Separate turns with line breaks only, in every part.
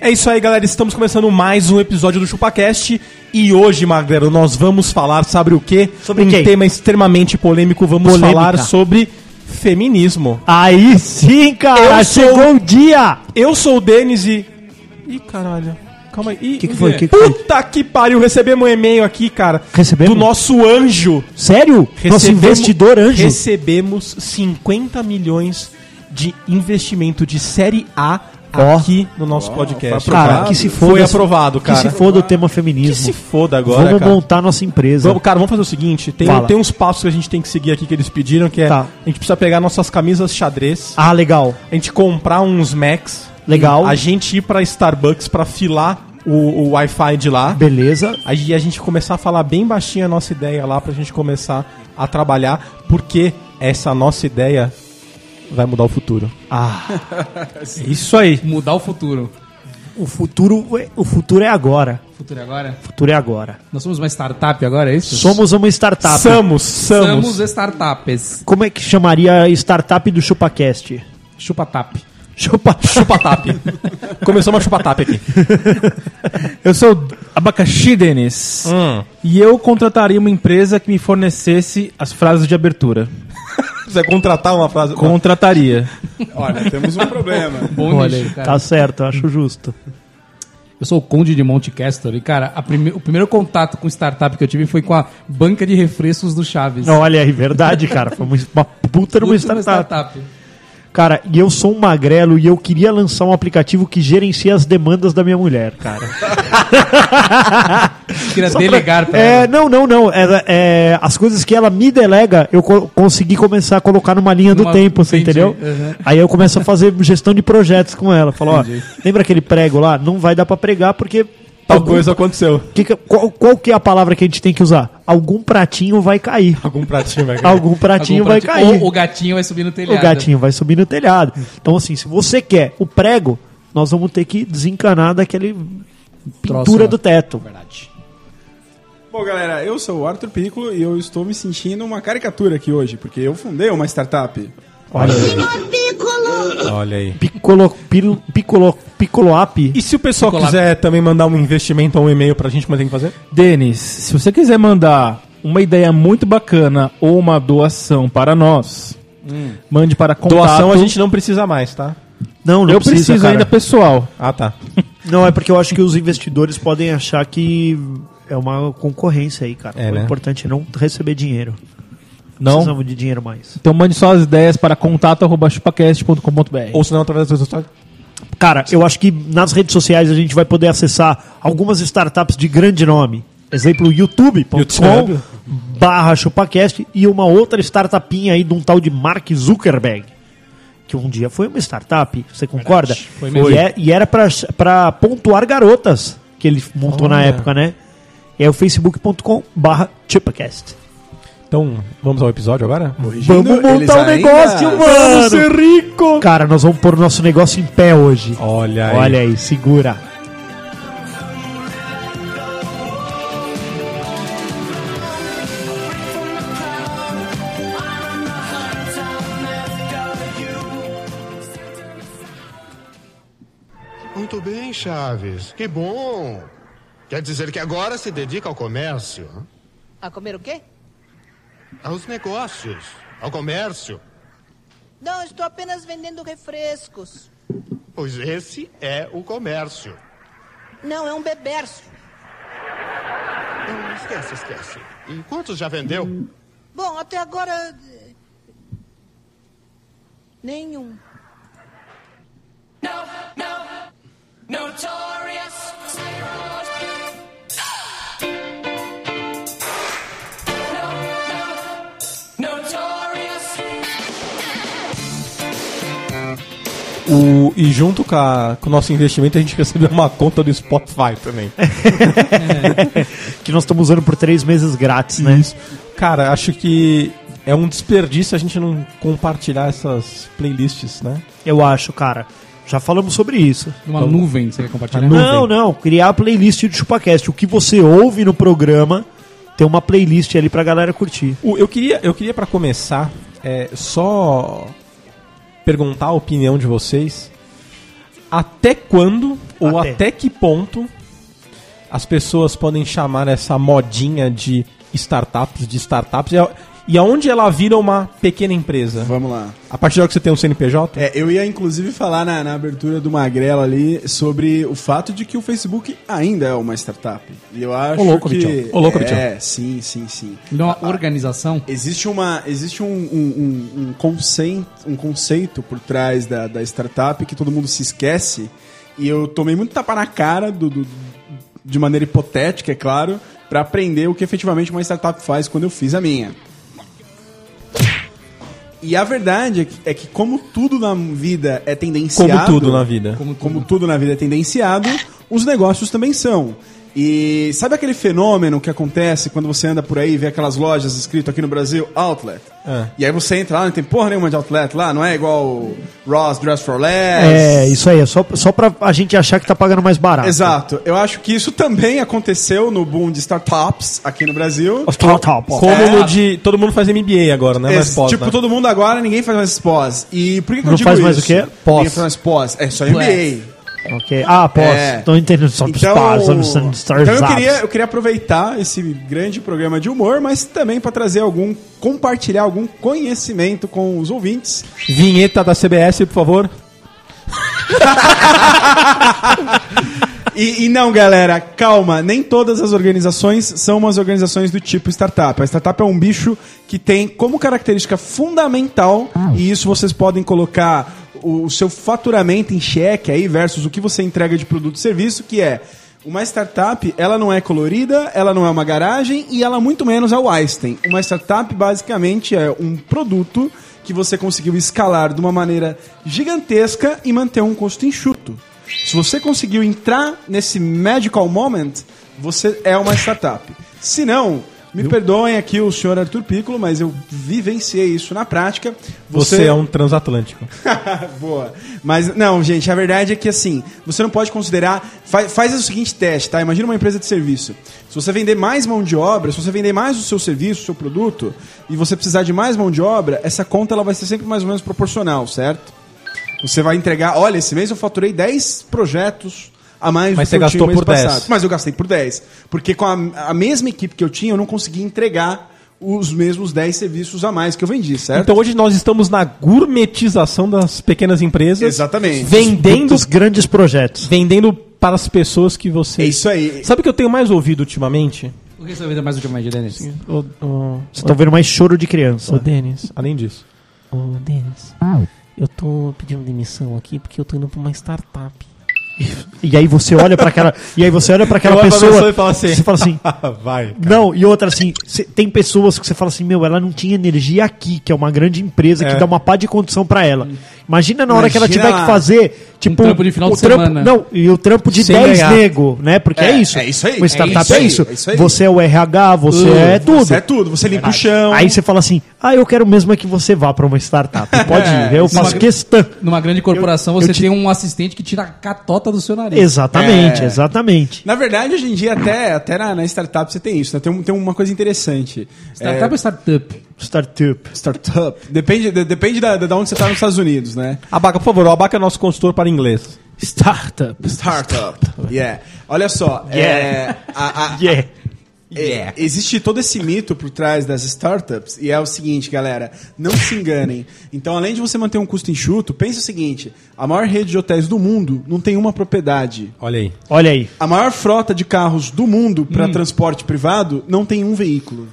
É isso aí, galera. Estamos começando mais um episódio do ChupaCast. E hoje, Magrelo, nós vamos falar, sabe o quê?
Sobre
um
quem?
tema extremamente polêmico. Vamos
Polêmica.
falar sobre feminismo.
Aí sim, cara!
Eu sou-
Chegou o dia!
Eu sou o Denis e. Ih, caralho. Calma aí. Ih,
Que que foi?
Zé.
Que que foi?
Puta que pariu. Recebemos um e-mail aqui, cara.
Recebemos?
Do nosso anjo.
Sério? Nosso investidor anjo?
Recebemos 50 milhões de investimento de série A
Ó.
aqui no nosso podcast.
Cara, que se foda.
Foi aprovado, cara.
Que se foda o tema
Que se
feminismo.
foda agora,
Vamos
cara.
montar nossa empresa.
Vamos, cara, vamos fazer o seguinte: tem,
Fala.
tem uns passos que a gente tem que seguir aqui que eles pediram, que é
Tá.
a gente precisa pegar nossas camisas xadrez,
Ah, legal.
a gente comprar uns Macs,
Legal.
a gente ir pra Starbucks pra filar o, o Wi-Fi de lá.
Beleza.
Aí a gente começar a falar bem baixinho a nossa ideia lá pra gente começar a trabalhar, porque essa nossa ideia vai mudar o futuro.
Ah,
É Isso aí.
Mudar o futuro.
o futuro, o futuro é agora.
O futuro é agora?
O futuro é agora.
Nós somos uma startup agora, é isso?
Somos uma startup.
Somos,
Somos
somos.
startups.
Como é que chamaria a startup do ChupaCast?
Chupa tap.
Chupa...
Chupatap. Começou uma chupatap aqui.
Eu sou o Abacaxi Denis.
Hum.
E eu contrataria uma empresa que me fornecesse as frases de abertura.
Você vai contratar uma frase.
Contrataria.
Olha, temos um problema.
Bom nicho,
É.
cara.
Tá certo, eu acho justo.
Eu sou o Conde de Monte Castor e, cara, a prime- o primeiro contato com startup que eu tive foi com a banca de refrescos do Chaves.
Não, olha aí, verdade, cara. Foi uma- uma puta numa
Puta
startup. Cara, e eu sou um magrelo e eu queria lançar um aplicativo que gerencia as demandas da minha mulher, cara.
Queria
Só pra-
delegar pra
é,
ela.
Não, não, não. Ela- é, as coisas que ela me delega, eu co- consegui começar a colocar numa linha do
Numa-
tempo, você
entendi,
entendeu?
uhum.
Aí eu começo a fazer gestão de projetos com ela. Falo, ó, lembra aquele prego lá? Não vai dar pra pregar porque...
Tal
algum-
coisa aconteceu.
que que- qual, qual que é a palavra que a gente tem que usar? Algum pratinho vai cair.
Algum pratinho vai
Algum pratinho
Algum
vai
pratinho-
cair.
Ou o gatinho vai subir no telhado.
O gatinho vai subir no telhado. Então, assim, se você quer o prego, nós vamos ter que desencanar daquele pintura
Troço, né?
do teto.
Verdade.
Bom, galera, eu sou o Arthur Piccolo e eu estou me sentindo uma caricatura aqui hoje, porque eu fundei uma startup.
Olha,
Olha aí.
piccolo, pil- piccolo, piccolo up.
E se o pessoal
Chocolate.
quiser também mandar um investimento ou um e-mail pra gente, como é que tem que fazer?
Denis, se você quiser mandar uma ideia muito bacana ou uma doação para nós,
Hum.
mande para contato.
Doação a gente não precisa mais, tá?
Não, não
Eu
precisa,
preciso
cara.
ainda pessoal.
Ah, tá.
Não, é porque eu acho que os investidores podem achar que é uma concorrência aí, cara.
É,
o
né?
importante é não receber dinheiro.
Não?
Precisamos de dinheiro mais.
Então mande só as ideias para contato.chupacast.com.br.
Ou se não, através das redes sociais.
Cara, eu acho que nas redes sociais a gente vai poder acessar algumas startups de grande nome. Exemplo, youtube.com
YouTube.
barra chupacast e uma outra startupinha aí de um tal de Mark Zuckerberg. Que um dia foi uma startup, você concorda?
foi mesmo.
E, é- e era pra- pra pontuar garotas que ele montou na época, né? E é o facebook.com barra chupacast.
Então, vamos ao episódio agora? um
Corrigindo, eles ainda-
um mano! ser rico! Cara, nós vamos pôr o nosso negócio em pé hoje.
Olha aí.
Olha aí, segura.
Muito bem, Chaves. Que bom. Quer dizer que agora se dedica ao comércio,
A comer o quê?
aos negócios, ao comércio.
Não, estou apenas vendendo refrescos.
Pois esse é o comércio.
Não, é um beberço.
Não, esquece, esquece. E quantos já vendeu?
Bom, até agora. eh, Nenhum.
O o- e junto com, a- com o nosso investimento, a gente recebeu uma conta do Spotify também.
Que nós estamos usando por três meses grátis, né?
Isso. Cara, acho que é um desperdício a gente não compartilhar essas playlists, né?
Eu acho, cara. Já falamos sobre isso.
Numa nuvem, você quer compartilhar?
Não, né? não. Criar a playlist do ChupaCast. O que você ouve no programa tem uma playlist ali pra galera curtir.
O- eu queria, eu queria para começar, é, só perguntar a opinião de vocês. Até quando ou
Até.
até. que ponto as pessoas podem chamar essa modinha de startups, de startups, e, a- e aonde ela vira uma pequena empresa?
Vamos lá.
A partir da hora que você tem um CNPJ?
É, eu ia inclusive falar na, na abertura do Magrela ali sobre o fato de que o Facebook ainda é uma startup. E eu acho
Ô, louco,
que.
Vitão. Ô, louco,
é, sim, sim, sim.
Então, a organização.
Existe, uma, existe um, um, um, um conceito, um conceito por trás da, da startup que todo mundo se esquece. E eu tomei muito tapa na cara, do, do- de maneira hipotética, é claro, para aprender o que efetivamente uma startup faz quando eu fiz a minha. E a verdade é que, é que como tudo na vida é tendenciado...
Como tudo na vida.
Como, como tudo na vida é tendenciado, os negócios também são. E sabe aquele fenômeno que acontece quando você anda por aí e vê aquelas lojas escrito aqui no Brasil, outlet?
É.
E aí você entra lá, não tem porra nenhuma de outlet lá, não é igual Ross Dress for Less.
É, isso aí. É só, só pra a gente achar que tá pagando mais barato.
Exato. Eu acho que isso também aconteceu no boom de startups aqui no Brasil.
Startup.
Como no de. Todo mundo faz MBA agora, né? Mas
É. Esse-
pode.
tipo,
né?
todo mundo agora, ninguém faz mais pós. E por que, que
Não
eu digo
faz
isso?
mais o quê?
Ninguém
Pós.
faz mais pós. É só MBA.
Ok. Ah, posso.
É.
Tô entendendo. Só então, stars, só sobre stars.
então eu, queria, eu queria aproveitar esse grande programa de humor, mas também para trazer algum, compartilhar algum conhecimento com os ouvintes.
Vinheta da CBS, por favor.
E, e não, galera, calma, nem todas as organizações são umas organizações do tipo startup. A startup é um bicho que tem como característica fundamental, e isso vocês podem colocar o, o seu faturamento em xeque aí versus o que você entrega de produto e serviço, que é uma startup, ela não é colorida, ela não é uma garagem e ela muito menos é o Einstein. Uma startup basicamente é um produto que você conseguiu escalar de uma maneira gigantesca e manter um custo enxuto. Se você conseguiu entrar nesse magical moment, você é uma startup. Se não, me perdoem aqui o senhor Arthur Piccolo, mas eu vivenciei isso na prática.
Você, é um transatlântico.
Boa. Mas, não, gente, a verdade é que, assim, você não pode considerar... Faz, faz o seguinte teste, tá? Imagina uma empresa de serviço. Se você vender mais mão de obra, se você vender mais o seu serviço, o seu produto, e você precisar de mais mão de obra, essa conta ela vai ser sempre mais ou menos proporcional, certo? Você vai entregar... Olha, esse mês eu faturei 10 projetos a mais
Mas
do
você
que eu tinha
gastou
mês
por 10.
passado. Mas eu gastei por 10. Porque com a, a mesma equipe que eu tinha, eu não consegui entregar os mesmos 10 serviços a mais que eu vendi, certo?
Então hoje nós estamos na gourmetização das pequenas empresas.
Exatamente.
Vendendo,
dos grandes projetos.
vendendo para as pessoas que você.
É isso aí.
Sabe o que eu tenho mais ouvido ultimamente?
O que você vai ter mais do que mais, Denis?
O, o,
Vocês estão vendo tá mais choro de criança.
Denis, além disso.
Ô, Denis,
Ah.
eu tô pedindo demissão aqui porque eu tô indo pra uma startup.
E aí você olha pra aquela, e aí você olha para aquela
Eu olho pra
pessoa,
pessoa e falo assim,
você fala assim,
Vai.
não, e outra assim, cê- tem pessoas que você fala assim, meu, ela não tinha energia aqui, que é uma grande empresa que
É.
dá uma pá de condição pra ela. Imagina na hora que ela
Imagina um
tiver
lá.
que fazer, tipo,
trampo de final
o
de
trampo-
semana.
Não, e o trampo de
Sem
10
ganhar.
nego, né? Porque é,
É,
isso.
é isso aí,
O
é
startup
isso
é
aí,
isso.
é isso aí.
Você é o RH, você é tudo.
Você é tudo, você limpa o chão.
Aí você fala assim: "Ah, eu quero mesmo é que você vá pra uma startup. Pode ir, eu
isso
faço
é-
questão".
Numa grande corporação,
Eu- eu
você
te-
tem um assistente que tira a catota do seu nariz.
Exatamente,
É.
exatamente.
Na verdade, hoje em dia, até, até na, na startup você tem isso, né? Tem, um- tem uma coisa interessante.
Startup ou startup?
Startup.
Startup. Depende, de- depende da, da onde você tá nos Estados Unidos, né?
Abaca, por favor, o Abaca é nosso consultor para inglês.
Startup.
Startup. Yeah. Olha só. É, a- a-
Yeah.
É, existe todo esse mito por trás das startups e é o seguinte, galera, não se enganem. Então, além de você manter um custo enxuto, pense o seguinte: a maior rede de hotéis do mundo não tem uma propriedade.
Olha aí.
Olha aí.
A maior frota de carros do mundo para transporte privado não tem um veículo.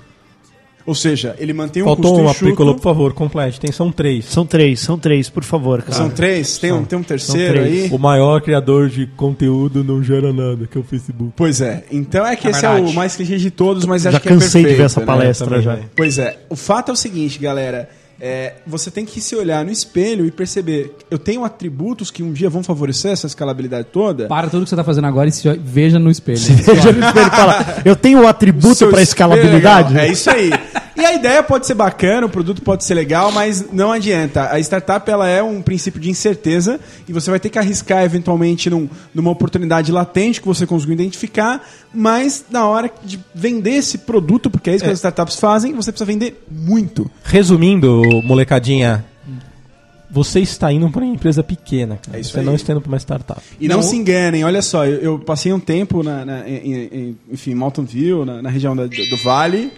Ou seja, ele mantém um
Faltou
custo
uma
enxuto.
Piccolo, por favor, complete. Tem, são três.
São três, são três, por favor, cara.
São três? Tem, um, tem um terceiro
Ah, três.
aí?
O maior criador de conteúdo não gera nada, que é o Facebook.
Pois é. Então é que
É
esse é o
verdade.
mais clichê de todos, mas
Já
acho que é
cansei de ver
perfeito,
essa
né?
palestra
Também,
já.
né?
Pois é. O fato é o seguinte, galera. É, você tem que se olhar no espelho e perceber: eu tenho atributos que um dia vão favorecer essa escalabilidade toda?
Para tudo que você tá fazendo agora e se olha- veja no espelho.
Veja no espelho e fala, eu tenho o atributo
Seu
para escalabilidade?
espelho, É isso aí. E a ideia pode ser bacana, o produto pode ser legal, mas não adianta. A startup ela é um princípio de incerteza e você vai ter que arriscar eventualmente num- numa oportunidade latente que você conseguiu identificar, mas na hora de vender esse produto, porque é isso que as startups fazem, você precisa vender muito.
Resumindo, molecadinha, você está indo para uma empresa pequena, cara.
É isso
você
aí.
não está indo para uma startup.
E não, se enganem, olha só, eu, eu passei um tempo na, na- em, em- enfim, em Mountain View, na, na região da- do, do Vale.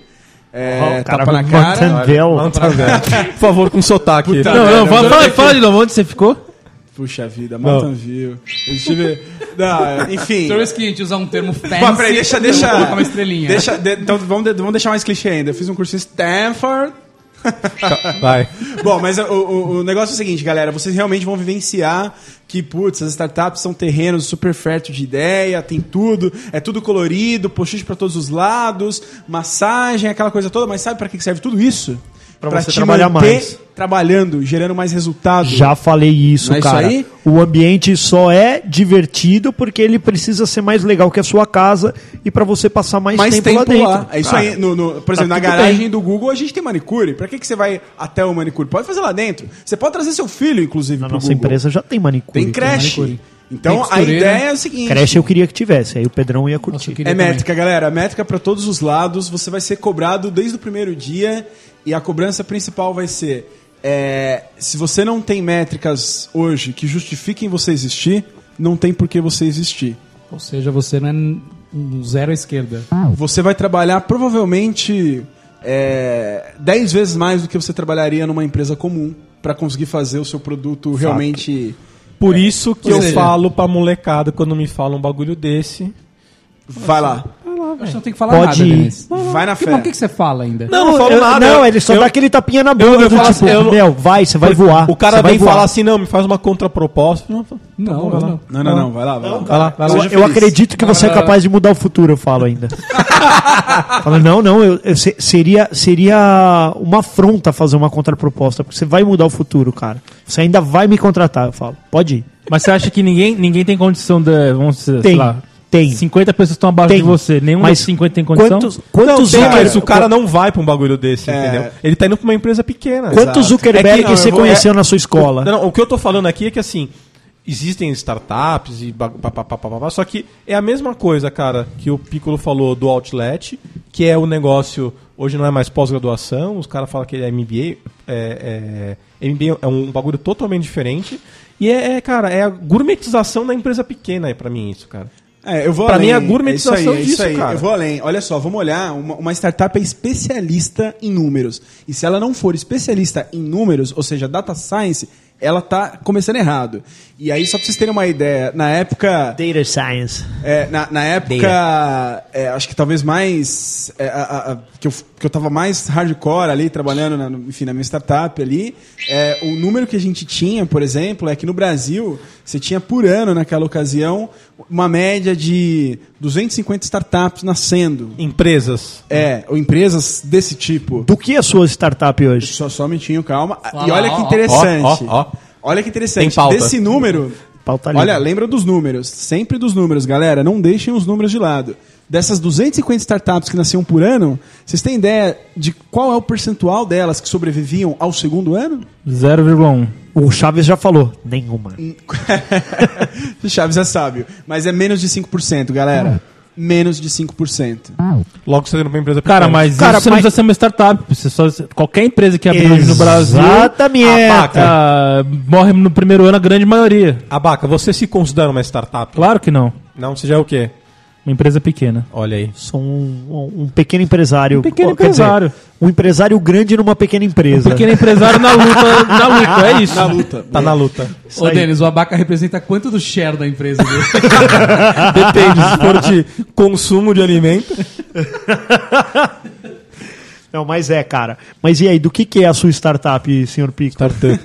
É,
Ó, o
tapa na
com
cara.
Montanvel.
Por favor, com sotaque.
Não, não, fala, fala, fala de novo onde você ficou.
Puxa vida, Mountain View. Eu estive. Não, é, enfim.
Toda vez que a gente usar um termo fancy,
Pô, Tipo, peraí, deixa, deixa.
eu vou colocar uma estrelinha.
Deixa, de- então vamos, de- vamos deixar mais clichê ainda. Eu fiz um curso em Stanford.
Vai.
Bom, mas o, o- o negócio é o seguinte, galera. Vocês realmente vão vivenciar que, putz, as startups são terrenos super fértil de ideia, tem tudo, é tudo colorido, post-it pra todos os lados, massagem, aquela coisa toda. Mas sabe pra que que serve tudo isso?
Pra você trabalhar mais.
trabalhando, gerando mais resultados.
Já falei isso,
Não é isso
cara.
aí?
O ambiente só é divertido porque ele precisa ser mais legal que a sua casa e pra você passar mais,
mais
tempo,
tempo,
lá dentro.
lá. É isso
Cara, tá
aí. No, no- por exemplo, na
tudo
garagem
bem.
do Google a gente tem manicure. Pra que, que você vai até o manicure? Pode fazer lá dentro. Você pode trazer seu filho, inclusive,
Na
pro
nossa
Google.
empresa já tem manicure.
Tem creche.
manicure. Tem
Então a
costureira.
ideia é o seguinte.
Creche eu queria que tivesse, aí o Pedrão ia
Nossa, eu
curtir.
queria
É
também.
métrica, galera. Métrica é pra todos os lados. Você vai ser cobrado desde o primeiro dia. E a cobrança principal vai ser: é, se você não tem métricas hoje que justifiquem você existir, não tem por que você existir.
Ou seja, você não é um zero à esquerda.
Você vai trabalhar provavelmente é, 10 vezes mais do que você trabalharia numa empresa comum pra conseguir fazer o seu produto realmente.
É.
Por isso que
Ou
eu
seja-
falo pra molecada quando me fala um bagulho desse.
Vai lá.
Acho que não tem que falar
Pode
nada,
ir.
Denis.
Vai na
Que,
fé.
É. mas o que, que você fala ainda?
Não, não falo
eu-
nada.
Não,
Eu-
ele só
eu-
dá aquele tapinha na bunda,
eu
do
falo
tipo,
assim, eu não-
Mel, vai, você vai voar.
O cara
você vai
vem falar
voar."
assim, não, me faz uma contraproposta. Não, tá
Não,
bom, vai
eu
lá.
não.
Não, não, não. Vai lá, vai lá.
Vai lá, vai lá.
Eu, eu acredito que você é capaz de mudar o futuro, eu falo ainda. Fala, não, não, eu, eu se- seria, seria uma afronta fazer uma contraproposta, porque você vai mudar o futuro, cara. Você ainda vai me contratar, eu falo. Pode ir.
Mas você acha que ninguém, ninguém tem condição de. Vamos dizer,
Tem,
sei lá.
tem.
50 pessoas estão abaixo
Tem.
de você. Nenhum
Mas
dos 50 tem condição.
Quantos, quantos
Tem,
Zucker-
mas o cara não vai pra um bagulho desse,
É.
entendeu? Ele tá indo pra uma empresa pequena.
quantos Zuckerberg
É que- não,
você
eu vou-
conheceu
é-
na sua escola?
Não, não, o que eu tô falando aqui é que assim, existem startups e ba- pá, pá, pá, pá, pá, pá, só que é a mesma coisa, cara, que o Piccolo falou do Outlet, que é o negócio, hoje não é mais pós-graduação, os caras falam que ele é MBA, é, é, MBA é um bagulho totalmente diferente, e é, é, cara, é a gourmetização da empresa pequena é pra mim isso, cara.
É, eu vou
Pra
além.
mim, a gourmetização
É isso aí, é isso
disso,
aí.
cara.
Eu vou além. Olha só, vamos olhar. Uma, uma startup é especialista em números. E se ela não for especialista em números, ou seja, data science, ela tá começando errado. E aí, só pra vocês terem uma ideia, na época.
Data Science.
É, na, na época, é, acho que talvez mais. é, a- a- a- que, eu, que eu tava mais hardcore ali, trabalhando na, no- enfim, na minha startup ali. é, o número que a gente tinha, por exemplo, é que no Brasil, você tinha por ano, naquela ocasião, uma média de 250 startups nascendo.
Empresas.
É, ou empresas desse tipo.
Do que é a sua startup hoje?
Só, só um minutinho, calma.
Fala,
e olha
ó,
que
ó,
interessante.
ó, ó.
Olha que interessante.
Tem pauta.
Desse número.
Pauta livre.
olha, lembra dos números. Sempre dos números, galera. Não deixem os números de lado. Dessas 250 startups que nasciam por ano, vocês têm ideia de qual é o percentual delas que sobreviviam ao segundo ano?
0,1.
O Chaves já falou. Nenhuma.
Chaves é sábio. Mas é menos de 5%, galera. Menos de 5%.
Logo você indo pra uma empresa pequena.
Cara, mas
É. Cara,
isso não
mas-
precisa ser uma startup. Você só, qualquer empresa que abrir hoje no Brasil.
Exatamente.
apaca, morre no primeiro ano a grande maioria.
Abaca, você se considera uma startup?
Claro que não.
Não, você já é o quê?
Uma empresa pequena.
Olha aí.
Sou um, um- um pequeno empresário.
Um pequeno
Quer dizer,
empresário. Um
um empresário grande numa pequena empresa.
Pequeno empresário na luta, na luta, é isso.
Ah, Na luta.
Tá na luta.
Ô, Denis, o abaca representa quanto do share da empresa dele?
Depende, se for de consumo de alimento.
Não, mas é, cara. Mas e aí, do que, que é a sua startup, senhor Pico?
Startup.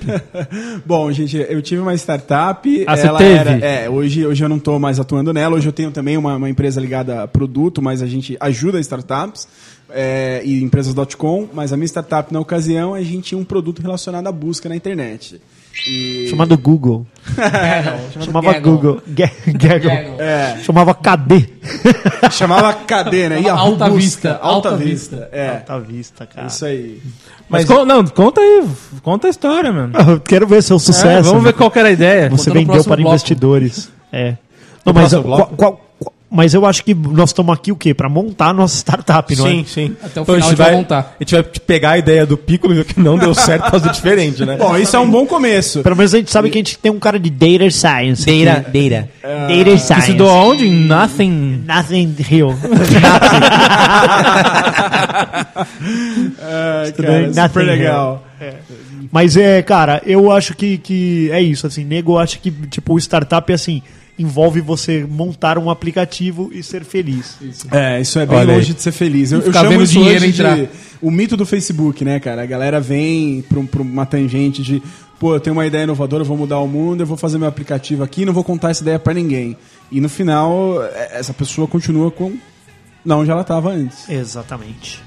Bom, gente, eu tive uma startup.
Ah, você teve?
era- é, hoje, hoje eu não estou mais atuando nela. Hoje eu tenho também uma, uma empresa ligada a produto, mas a gente ajuda startups é, e empresas .com. Mas a minha startup, na ocasião, a gente tinha um produto relacionado à busca na internet. E...
Chamado Google. Chamava
Gaggle.
Google. Ga- Gaggle.
Gaggle.
É.
Chamava KD.
Chamava cadê, né? E a
Alta
busca,
Vista,
Alta,
Alta
vista. É.
Tá vista, cara.
Isso aí.
Mas, con- não, conta aí, conta a história, mano.
Ah, Eu quero ver seu
É,
sucesso.
vamos
meu.
ver qual que era a ideia.
Você
Conta no
vendeu
próximo
para
bloco.
investidores. É. Não, mas,
próximo
qual- qual- qual- mas eu acho que nós estamos aqui o quê? Para montar a nossa startup, não
sim,
é?
sim.
Até o final a gente vai montar.
A gente vai pegar a ideia do Piccolo e ver que não deu certo fazer diferente, né?
Bom, isso é um bom começo.
Pelo menos a gente sabe que a gente tem um cara de data science. aqui.
Deira, deira.
Data
Você
science.
se doa onde? Em Nothing.
Nothing real.
Ai,
Estudei
cara,
nothing
super legal.
Mas é, cara, eu acho que, que é isso, assim, nego acha que, tipo, o startup, assim, envolve você montar um aplicativo e ser feliz.
É, isso é bem
Olha aí.
longe de ser feliz. Eu, eu
Ficar
chamo
vendo
isso
dinheiro
hoje
entrar.
de o mito do Facebook, né, cara? A galera vem pra, um- pra uma tangente de, pô, eu tenho uma ideia inovadora, eu vou mudar o mundo, eu vou fazer meu aplicativo aqui, não vou contar essa ideia pra ninguém. E no final, é- essa pessoa continua com... Não, já ela tava antes.
Exatamente.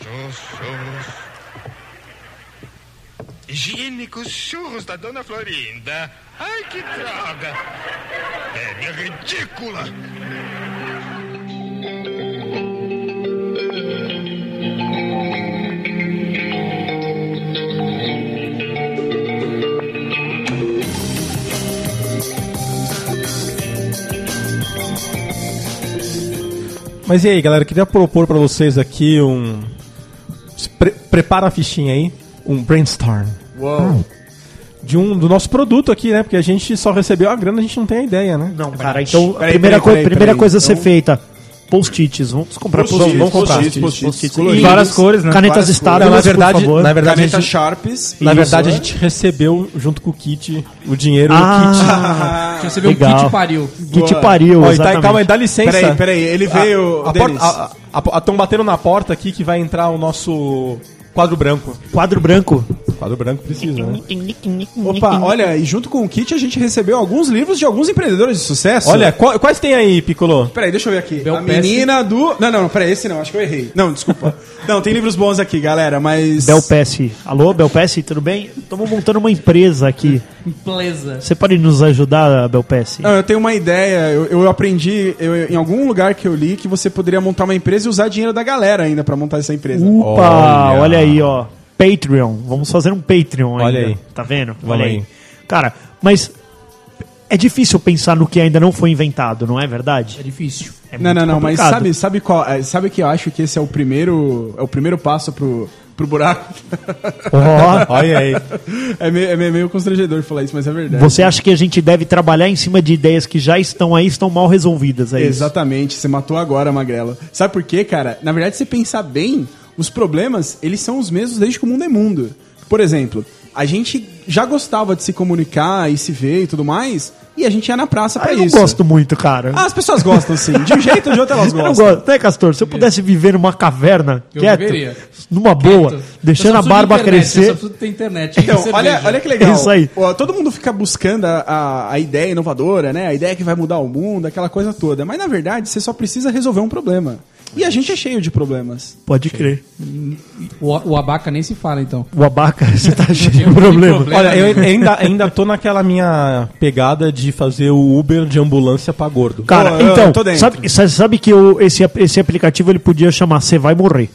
Os churros. Higiênicos churros da Dona Florinda. Ai, que droga! É ridícula!
Mas e aí, galera, eu queria propor pra vocês aqui um. se pre- prepara a fichinha aí, um brainstorm. De um do nosso produto aqui, né? Porque a gente só recebeu a grana, a gente não tem a ideia, né?
Não, cara, então, a
Peraí,
primeira,
peraí,
coi-
peraí,
primeira
peraí.
coisa a
Então-
ser feita, post-its, vamos comprar
É, Post-its,
post-its.
vamos comprar.
post-its, post-its,
Post-its.
coloridos.
E
Várias cores, né?
Canetas
Várias
Starbucks,
na verdade,
por favor.
na verdade, a
Caneta
gente,
Sharps.
na
isso,
verdade, a
é.
gente recebeu junto com o kit o dinheiro
Ah,
Deixa você ver o
Legal.
kit pariu.
que te pariu,
no kit. Ó, e tá,
exatamente.
calma aí, dá licença.
Peraí, peraí, ele veio...
A, a
Denis.
porta- a- a- a- tão batendo na porta aqui que vai entrar o nosso quadro branco.
Quadro branco.
Quadro branco precisa, né?
Opa, Ah, olha, e junto com o kit a gente recebeu alguns livros de alguns empreendedores de sucesso.
Olha, qual- quais tem aí, Piccolo?
Peraí, deixa eu ver aqui.
Bel
a
Pesce.
menina do. Não, não, peraí, esse não, acho que eu errei. Não, desculpa. não, tem livros bons aqui, galera, mas.
Belpesse. Alô, Belpesse, tudo bem? Estamos montando uma empresa aqui.
Beleza.
Você pode nos ajudar, Belpesse?
Não, eu tenho uma ideia, eu, eu aprendi eu- em algum lugar que eu li que você poderia montar uma empresa e usar dinheiro da galera ainda pra montar essa empresa.
Uh, Opa,
Olha.
olha. aí, ó. Patreon. Vamos fazer um Patreon
Olha
ainda.
aí.
Tá vendo?
Vamos
olha aí.
aí.
Cara, mas é difícil pensar no que ainda não foi inventado, não é
É
verdade?
difícil.
É
não,
muito
não, não, mas
complicado.
sabe, sabe qual. é, Sabe que eu acho que esse é o primeiro. É o primeiro passo pro, pro buraco.
Ó,
Olha aí.
é, meio, é meio constrangedor falar isso, mas é verdade.
você acha que a gente deve trabalhar em cima de ideias que já estão aí, estão mal resolvidas, é isso?
Exatamente, você matou agora, Magrela. Sabe por quê, cara? Na verdade, se você pensar bem, os problemas, eles são os mesmos desde que o mundo é mundo. Por exemplo, a gente já gostava de se comunicar e se ver e tudo mais, e a gente ia na praça
Ah,
pra
eu
isso.
não gosto muito, cara.
Ah, as pessoas gostam, sim. De um jeito ou de outro, elas
eu não
gostam.
gosto. Né, Castor? Se eu pudesse viver numa caverna,
Eu
quieto,
viveria.
numa boa, deixando a barba
Só
crescer,
preciso ter internet. e
Então,
cerveja.
olha, olha que legal.
É isso aí.
Ó, todo mundo fica buscando a, a, a ideia inovadora, né? A ideia que vai mudar o mundo, aquela coisa toda. Mas, na verdade, você só precisa resolver um problema. E a gente é cheio de problemas.
pode crer.
O, o abaca nem se fala, então.
O abaca, você tá cheio de
Tem
problema.
Olha, eu ainda, ainda tô naquela minha pegada de fazer o Uber de ambulância pra gordo.
Cara,
Pô, eu
então,
tô dentro.
sabe, sa- sabe que o- esse, ap- esse aplicativo ele podia chamar Você Vai Morrer.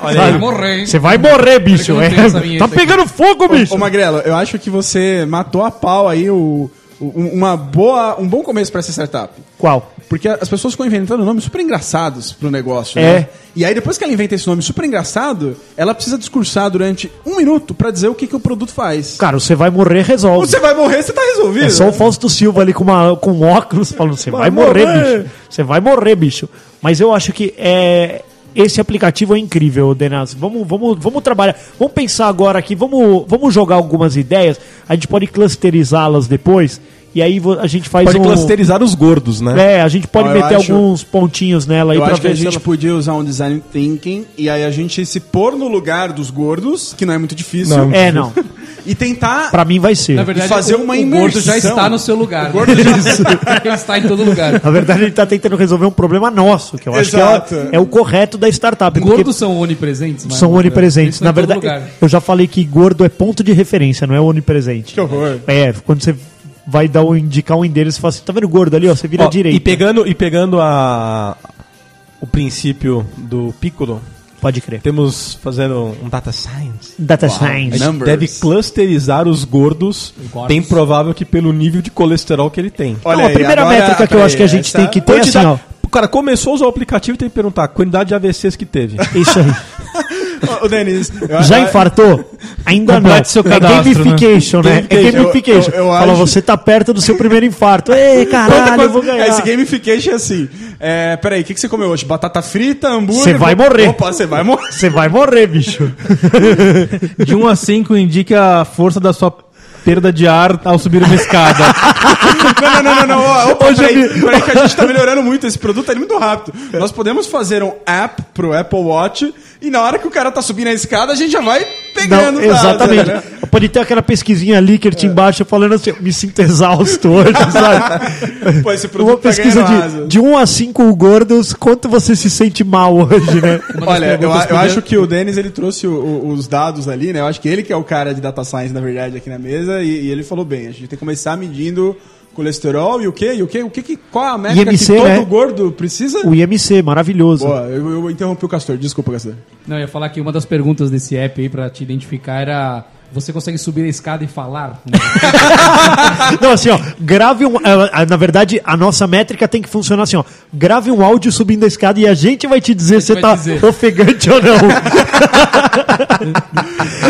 Olha aí.
Vai morrer, hein?
Você vai morrer, bicho.
Olha que eu não tenho essa
É,
vinheta
tá
aqui.
pegando fogo, bicho.
Ô Magrelo, eu acho que você matou a pau aí o, o- um- uma boa, um bom começo pra essa startup.
Qual?
Porque as pessoas ficam inventando nomes super engraçados pro negócio, né?
É.
E aí depois que ela inventa esse nome super engraçado, ela precisa discursar durante um minuto pra dizer o que, que o produto faz.
Cara, Você Vai Morrer resolve.
Você vai morrer, você tá resolvido.
É só o Fausto Silva ali com, uma, com um óculos falando: Você vai, morrer, bicho. Você vai morrer, bicho. Mas eu acho que é, esse aplicativo é incrível, Denas. Vamos, vamos, vamos trabalhar. Vamos pensar agora aqui, vamos, vamos jogar algumas ideias. A gente pode clusterizá-las depois. E aí vo- a gente faz
Pode
um.
clusterizar os gordos, né?
É, a gente pode
Ó, eu
meter
acho-
alguns pontinhos nela aí
Eu
pra
acho que
ver
a
se
gente
ela
podia usar um design thinking e aí a gente se pôr no lugar dos gordos, que não é muito difícil.
Não.
É, não.
E tentar.
Pra mim vai ser.
Na verdade,
E fazer uma
o, o gordo já
imersão.
está no seu lugar. O gordo já ele está em todo lugar.
Na verdade, ele tá tentando resolver um problema nosso, que eu acho que
Exato.
é, o- é o correto da startup. porque
Gordos são onipresentes, mas-
são
Eles
onipresentes.
estão
Na
em
verdade,
todo lugar.
eu já falei que gordo é ponto de referência, não é onipresente.
Que horror.
É, quando você vai dar um, indicar um deles, você fala assim, tá vendo o gordo ali, ó, você vira
Ó,
à direita.
E pegando, e pegando a, o princípio do Piccolo,
Pode crer.
temos fazendo um data science.
Data Science.
A gente
Numbers.
deve clusterizar os gordos,
gordos.
bem provável que pelo nível de colesterol que ele tem.
Olha
Não, a
aí,
primeira
agora-
métrica que eu
peraí,
acho que a gente
essa-
tem que ter é assim, ó.
Quantidade- Cara, começou a usar o aplicativo e tem que perguntar a quantidade de AVCs que teve.
Isso aí.
Ô, Denis. eu-
Já infartou? Ainda não.
Complete seu cadastro,
é gamification, né? É
Gamification.
gamification.
Eu- eu- eu
Fala,
acho-
você tá perto do seu primeiro infarto. Ei,
Quanta
caralho,
coisa-
eu vou ganhar.
Esse gamification é assim. É, peraí, o que, que você comeu hoje? Batata frita, hambúrguer?
Você vai morrer.
Opa, você vai morrer.
Você vai morrer, bicho.
De 1 a 5 indica a força da sua perda de ar ao subir uma escada.
Não, não, não, não. não. ó, Opa, peraí, peraí, que a gente tá melhorando muito. Esse produto tá indo muito rápido. Nós podemos fazer um app pro Apple Watch e na hora que o cara tá subindo a escada, a gente já vai pegando.
Não,
dados,
exatamente.
né? É.
Pode ter aquela pesquisinha Likert embaixo falando assim, me sinto exausto hoje, sabe?
Pô, esse produto
Uma
tá
pesquisa
ganhando
de,
asa.
de 1 a 5 gordos, quanto você se sente mal hoje, né?
Uma das
Olha, eu,
perguntas
a- eu
podia-
acho que o Denis ele trouxe o- o- os dados ali, né? Eu acho que ele que é o cara de data science, na verdade, aqui na mesa, e, e ele falou bem, a gente tem que começar medindo colesterol e o quê? E o quê? O que, que qual a métrica
IMC,
que todo
né?
gordo precisa?
O IMC, maravilhoso.
Boa, eu, eu interrompi o Castor, desculpa, Castor.
Não, eu ia falar que uma das perguntas desse app aí pra te identificar era... Você consegue subir a escada e falar?
Não, assim, ó, grave um. ah, ah, Na verdade, a nossa métrica tem que funcionar assim, ó. Grave um áudio subindo a escada e a gente vai te dizer se você
vai
tá
dizer.
ofegante ou não.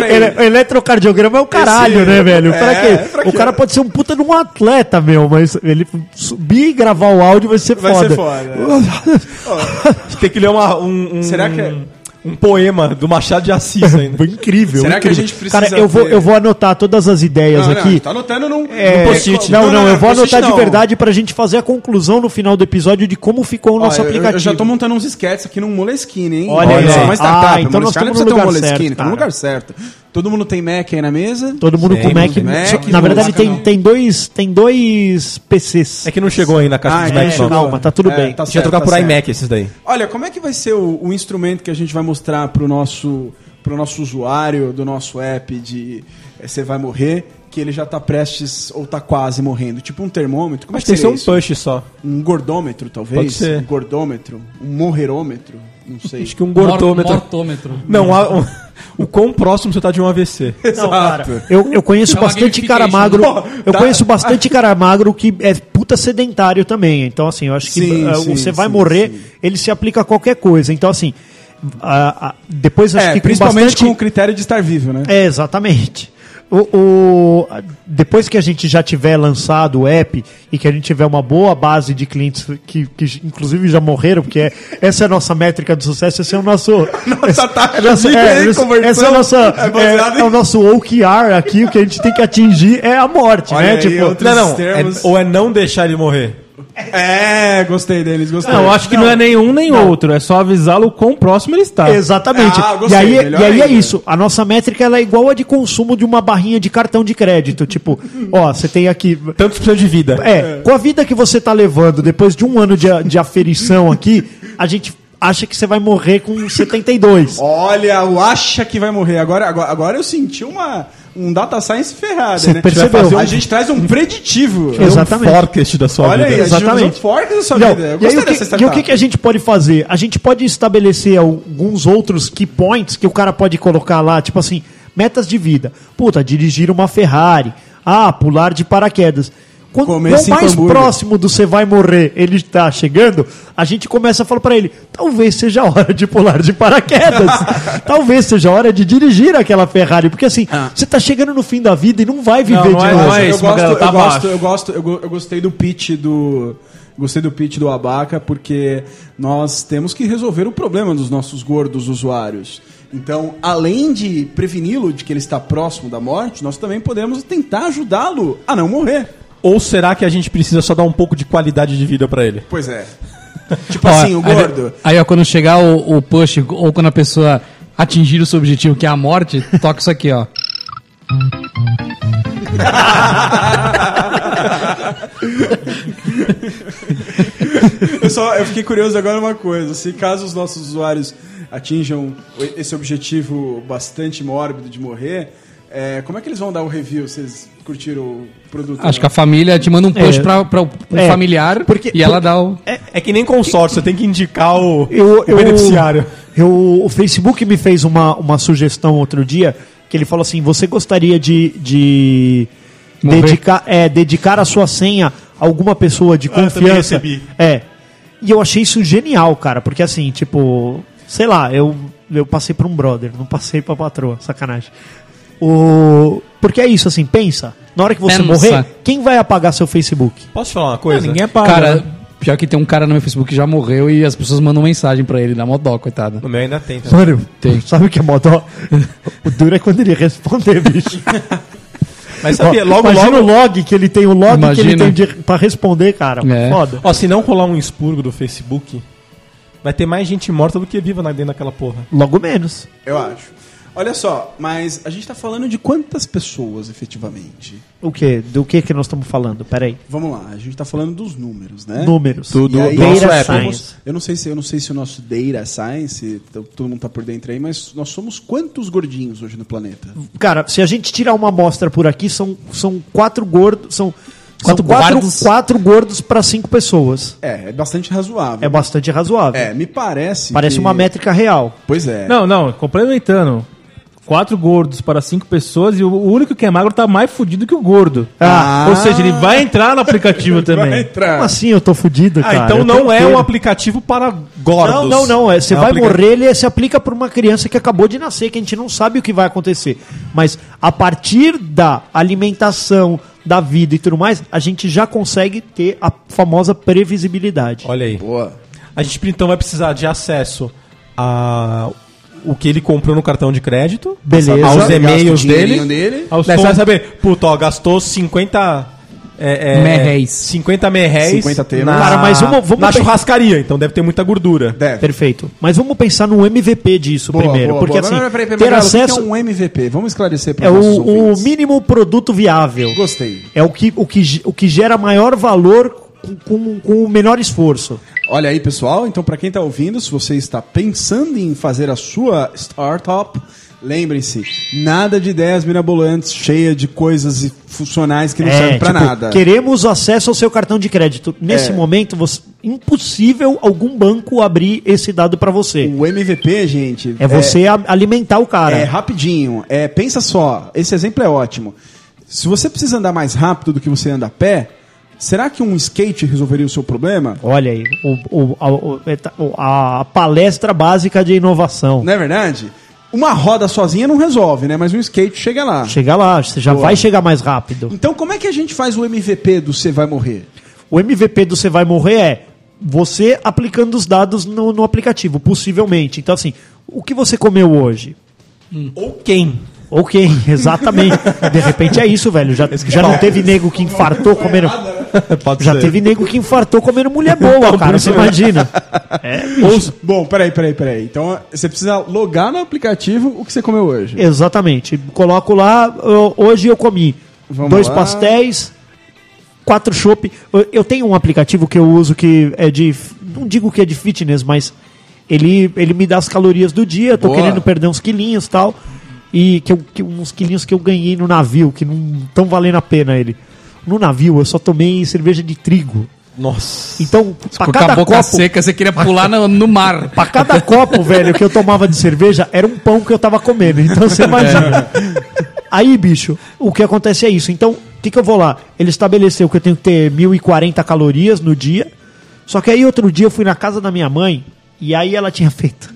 Ele, eletrocardiograma é o caralho,
Esse-
né, velho? Pra
é,
quê?
pra
O
quê?
cara pode ser um puta de um atleta, meu, mas ele subir e gravar o áudio vai ser
Vai
foda.
ser foda.
tem que ler uma- um, um-
Será que é-
um poema do Machado de Assis ainda.
Foi incrível.
Será que a
incrível.
gente precisa
Cara, eu vou,
ter-
eu vou anotar todas as ideias
Não, não,
aqui.
tá anotando num,
É,
num post-it.
Não, não, eu vou
post-it
anotar de
não.
verdade pra gente fazer a conclusão no final do episódio de como ficou o
Ó,
nosso
eu-
aplicativo.
Eu já tô montando uns sketches aqui num Moleskine, hein?
Olha
aí.
só.
Ah,
Uma startup.
então nós
Moleskine
estamos no
precisa ter um
lugar certo,
Moleskine, tá
cara.
no lugar certo. Todo mundo tem Mac aí na mesa.
Todo mundo com Mac.
Mac,
só-
Mac,
na
não
verdade,
saca
tem,
não.
tem, dois, tem dois PCs.
É que não chegou ainda a caixa
Ah,
dos
então
Mac
chegou.
Não.
Calma, tá tudo
É,
bem.
tá
Tinha que
certo,
trocar
tá
por
certo.
iMac esses daí.
Olha, como é que vai ser o, o instrumento que a gente vai mostrar pro nosso, pro nosso usuário do nosso app de eh, Você Vai Morrer, que ele já tá prestes ou tá quase morrendo? Tipo um termômetro? Como
Mas
é que
tem que ser
seria
um
isso?
push só.
Um gordômetro, talvez?
Pode ser.
Um gordômetro? Um morrerômetro? Não sei.
Acho que um gordômetro.
Mor- Mortômetro.
Não, a- um, o, o quão próximo você tá de um AVC.
Não, cara, eu, eu conheço
É uma
bastante cara magro.
gamification.
eu
tá.
conheço bastante cara magro que é puta sedentário também. Então, assim, eu acho que
Sim,
ah,
sim,
você vai
sim,
morrer,
sim.
ele se aplica a qualquer coisa. Então, assim, a- a- depois acho
É,
que com
principalmente
bastante...
com o critério de estar vivo, né?
É, exatamente. O, o- a- depois que a gente já tiver lançado o app e que a gente tiver uma boa base de clientes que, que j- inclusive já morreram, porque é- essa é a nossa métrica de sucesso, esse é o nosso. essa,
taxa
é nossa-
de
é, esse-
conversão
essa é, a nossa,
é baseada
é, é o nosso OKR aqui, o que a gente tem que atingir é a morte,
Olha
né?
aí, outro-
Não, não. é-
termos.
ou é não deixar ele morrer.
É, gostei deles, gostei.
Não, eu acho que não, é nem um nem outro. É só avisá-lo o quão próximo ele está.
Exatamente.
Ah,
e
gostei,
aí,
melhor
e aí é
ainda.
isso. A nossa métrica ela é igual a de consumo de uma barrinha de cartão de crédito. Tipo, ó, você tem aqui.
Tantos por cento de vida.
É, com a vida que você tá levando depois de um ano de, de aferição aqui, a gente acha que você vai morrer com 72.
Olha, o acha que vai morrer. Agora, agora, agora eu senti uma, um data science ferrado,
Você
né?
percebeu?
Vai fazer um- A gente traz um preditivo.
Exatamente.
Um forecast da sua
Olha
vida.
aí, a gente
Exatamente.
usou fortes da sua
Não,
vida. Eu
e aí
gostei
o
dessa
que, e o que que a gente pode fazer? A gente pode estabelecer alguns outros key points que o cara pode colocar lá, tipo assim, metas de vida. Puta, dirigir uma Ferrari. Ah, pular de paraquedas. Quando
Comer
quanto
cinco
mais
hambúrguer.
próximo do você vai morrer, ele está chegando, a gente começa a falar pra ele, talvez seja a hora de pular de paraquedas. talvez seja a hora de dirigir aquela Ferrari, porque assim,
Ah.
você tá chegando no fim da vida e não vai viver
não
de
é-
novo.
não é
eu
isso, Magrelo,
gosto,
tá
eu gosto,
baixo.
eu gosto, eu, go- eu gostei do pitch do Gostei do pitch do Abaca, porque nós temos que resolver o problema dos nossos gordos usuários. Então, além de preveni-lo de que ele está próximo da morte, nós também podemos tentar ajudá-lo a não morrer.
Ou será que a gente precisa só dar um pouco de qualidade de vida pra ele?
Pois é. tipo assim, o
Ó, aí-
gordo.
Aí, ó, quando chegar o, o push, ou quando a pessoa atingir o seu objetivo, que é a morte, toca isso aqui, ó.
Eu, só, eu fiquei curioso agora uma coisa. Se caso os nossos usuários atinjam o- esse objetivo bastante mórbido de morrer, é, como é que eles vão dar o review? Vocês curtiram o produto?
Acho que
né?
a família te manda um push
É.
pra, pra um
É,
familiar
porque-
e ela dá o.
É que nem consórcio, você tem que indicar o,
Eu,
o
eu,
beneficiário.
eu- o Facebook me fez uma, uma sugestão outro dia, que ele falou assim, você gostaria de, de
Morrer.
dedicar, é, dedicar a sua senha a alguma pessoa de
Ah, também
confiança?
recebi.
É. E eu achei isso genial, cara, porque assim, tipo, sei lá, eu, eu passei pra um brother, não passei pra patroa, sacanagem. O... Porque é isso, assim, pensa, na hora que você
Pensa.
morrer, quem vai apagar seu Facebook?
Posso te falar uma coisa?
paga.
Cara, pior que tem um cara no meu Facebook que já morreu e as pessoas mandam mensagem pra ele, dá mó dó, coitada.
O meu ainda tem. tá?
Mano,
Tem.
sabe o que é modó? O duro é quando ele responder, bicho.
Mas sabia, logo,
Imagina
logo...
o log que ele tem, o log que ele
Imagina.
tem de, pra responder, cara.
É.
Foda.
Ó, se não rolar um expurgo do Facebook, vai ter mais gente morta do que viva na- dentro daquela porra.
Logo menos.
Eu acho. Olha só, mas a gente tá falando de quantas pessoas efetivamente?
O quê? Do que que nós estamos falando? Peraí.
Vamos lá, a gente tá falando dos números, né?
Números.
E aí,
Data
nós somos-
Science.
Eu não sei se eu não sei se o nosso data science, t- todo mundo tá por dentro aí, mas nós somos quantos gordinhos hoje no planeta?
Cara, se a gente tirar uma amostra por aqui, são, são quatro gordos. São
Quatro
são quatro,
gordos?
quatro gordos pra cinco pessoas.
É, é bastante razoável.
É bastante razoável.
É, me parece.
Parece
que-
uma métrica real.
Pois é.
Não, não, complementando. Quatro gordos para cinco pessoas e o único que é magro tá mais fudido que o gordo.
Ah.
Ou seja, ele vai entrar no aplicativo também.
vai entrar.
Como assim eu tô fudido,
Ah,
cara?
então
Eu tô
não é um
inteiro.
aplicativo para gordos.
Não, não, não. é, Você
né,
É um
vai
aplica-
morrer, ele se aplica para uma criança que acabou de nascer, que a gente não sabe o que vai acontecer. Mas a partir da alimentação, da vida e tudo mais, a gente já consegue ter a famosa previsibilidade.
Olha aí.
Boa.
A gente então vai precisar de acesso a o que ele comprou no cartão de crédito,
Beleza.
aos
Gasta
o
e-mails dele,
dinheirinho dele.
Aos
Daí
você
você
vai
vai
saber, puta, ó, gastou 50 é, é,
Merréis.
50 merréis
50 telas.
na,
Cara, mas uma- vamos
na
pe-
churrascaria, então deve ter muita gordura.
Deve.
Perfeito. Mas vamos pensar no MVP disso
Boa,
primeiro.
boa,
porque
boa.
assim,
Mas, peraí, peraí,
ter
Magrelo, o que
acesso
que é um MVP. Vamos esclarecer para
é
nossos
o, o
ouvintes.
mínimo produto viável.
Gostei.
É o que, o que, ge- o que gera maior valor com- com, com o menor esforço.
Olha aí, pessoal. Então, para quem está ouvindo, se você está pensando em fazer a sua startup, lembrem-se, nada de ideias mirabolantes, cheia de coisas e funcionais que não servem para
tipo,
nada. É.
Queremos acesso ao seu cartão de crédito. Nesse momento, você- impossível algum banco abrir esse dado para você.
O MVP, gente,
É você a- alimentar o cara.
É rapidinho. É, pensa só, esse exemplo é ótimo. Se você precisa andar mais rápido do que você anda a pé, será que um skate resolveria o seu problema?
Olha aí, o- o- a, o- é ta- o- a palestra básica de inovação.
Não é verdade? Uma roda sozinha não resolve, né? Mas um skate chega lá.
Chega lá, você já vai chegar mais rápido.
Então, como é que a gente faz o MVP do Você Vai Morrer?
O MVP do Você Vai Morrer é você aplicando os dados no, no aplicativo, possivelmente. Então, assim, o que você comeu hoje?
Ou quem?
Ok, exatamente. De repente é isso, velho. Já, já não teve nego que infartou comendo.
Pode
Já
ser.
teve nego que infartou comendo mulher boa, cara. Você imagina. É,
Ou- Bom, peraí, peraí, peraí. Então você precisa logar no aplicativo o que você comeu hoje.
Exatamente. Coloco lá, eu- hoje eu comi
Vamos
dois
lá.
pastéis, quatro chopp. Eu- Eu tenho um aplicativo que eu uso que é de. Não digo que é de fitness, mas ele, ele me dá as calorias do dia. Eu tô
Boa.
querendo perder uns quilinhos e tal. E que eu, que uns quilinhos que eu ganhei no navio, que não estão valendo a pena ele. No navio, eu só tomei cerveja de trigo.
Nossa.
Então, pra
Porque a
cada
boca
copo,
seca, você queria pular no, no mar.
pra cada copo, velho, que eu tomava de cerveja, era um pão que eu tava comendo. Então você imagina. Aí, bicho, o que acontece é isso. Então, o que, que eu vou lá? Ele estabeleceu que eu tenho que ter 1.040 calorias no dia. Só que aí outro dia eu fui na casa da minha mãe e aí ela tinha feito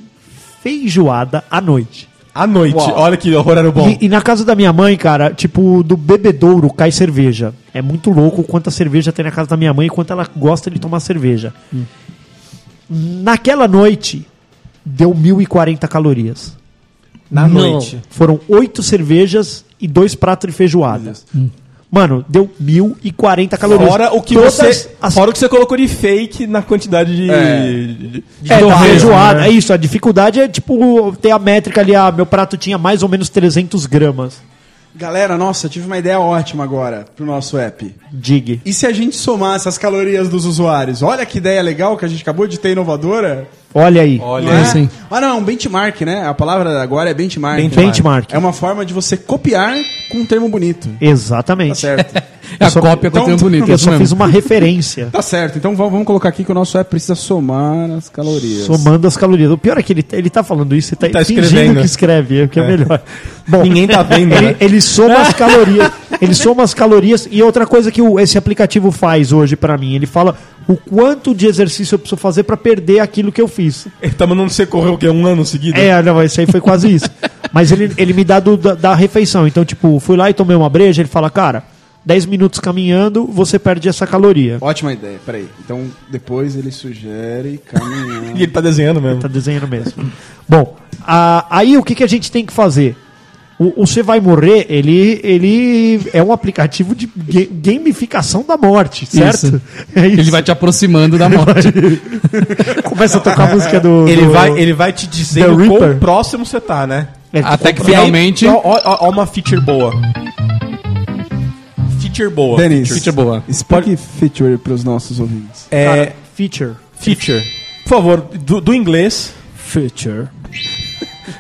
feijoada à noite.
À noite. Olha que horário bom.
E, e na casa da minha mãe, cara, tipo, do bebedouro cai cerveja. É muito louco quanta cerveja tem na casa da minha mãe e quanto ela gosta de tomar cerveja.
Hum.
Naquela noite, deu 1.040 calorias.
Na
Não.
noite.
Foram oito cervejas e dois pratos de feijoada. Hum. Mano, deu 1.040 calorias.
Fora o que
Todas
você.
as
Fora o que você colocou de fake na quantidade de. de-
É,
do
da
resto,
feijoada,
né?
é isso. A dificuldade é, tipo, ter a métrica ali. Ah, meu prato tinha mais ou menos 300 gramas.
Galera, nossa, eu tive uma ideia ótima agora pro nosso app.
Dig.
E se a gente somasse as calorias dos usuários? Olha que ideia legal que a gente acabou de ter inovadora.
Olha aí.
Olha,
É, sim.
Ah, não, benchmark, né? A palavra agora é benchmark.
Benchmark. Benchmark.
É uma forma de você copiar com um termo bonito.
Exatamente.
Tá certo.
É a
só-
cópia com
então-
o tempo bonito.
Eu
é isso
só
mesmo.
fiz uma referência.
tá certo. Então vamos, vamos colocar aqui que o nosso app precisa somar as calorias.
Somando as calorias. O pior é que ele, ele tá falando isso e tá,
Tá
fingindo
escrevendo.
que escreve, é o que é, melhor. Bom,
Ninguém tá vendo,
ele,
né?
ele soma as calorias. Ele soma as calorias. E outra coisa que o- esse aplicativo faz hoje pra mim, ele fala o quanto de exercício eu preciso fazer pra perder aquilo que eu fiz.
Ele tá mandando você correr o quê? Um ano seguido?
É, não, isso aí foi quase isso. Mas ele, ele me dá do- da, da refeição. Então, tipo, fui lá e tomei uma breja, ele fala, cara, 10 minutos caminhando, você perde essa caloria.
Ótima ideia, peraí. Então depois ele sugere caminhar.
E ele tá desenhando mesmo.
Tá desenhando mesmo. Bom, a- aí o que, que a gente tem que fazer? O, o Você Vai Morrer, ele, ele é um aplicativo de ga- gamificação da morte, certo?
Isso.
É isso.
Ele vai te aproximando da morte.
Começa a tocar a música do...
Ele
do-
vai, ele vai te dizendo
The
quão
Reaper?
próximo você tá, né?
É,
Até que
E aí-
finalmente.
Ó, ó, ó, ó uma feature boa. Feature boa.
Denis,
Feature boa.
explique feature pros nossos ouvintes.
É,
cara, feature.
feature. Por favor, do, do inglês.
Feature.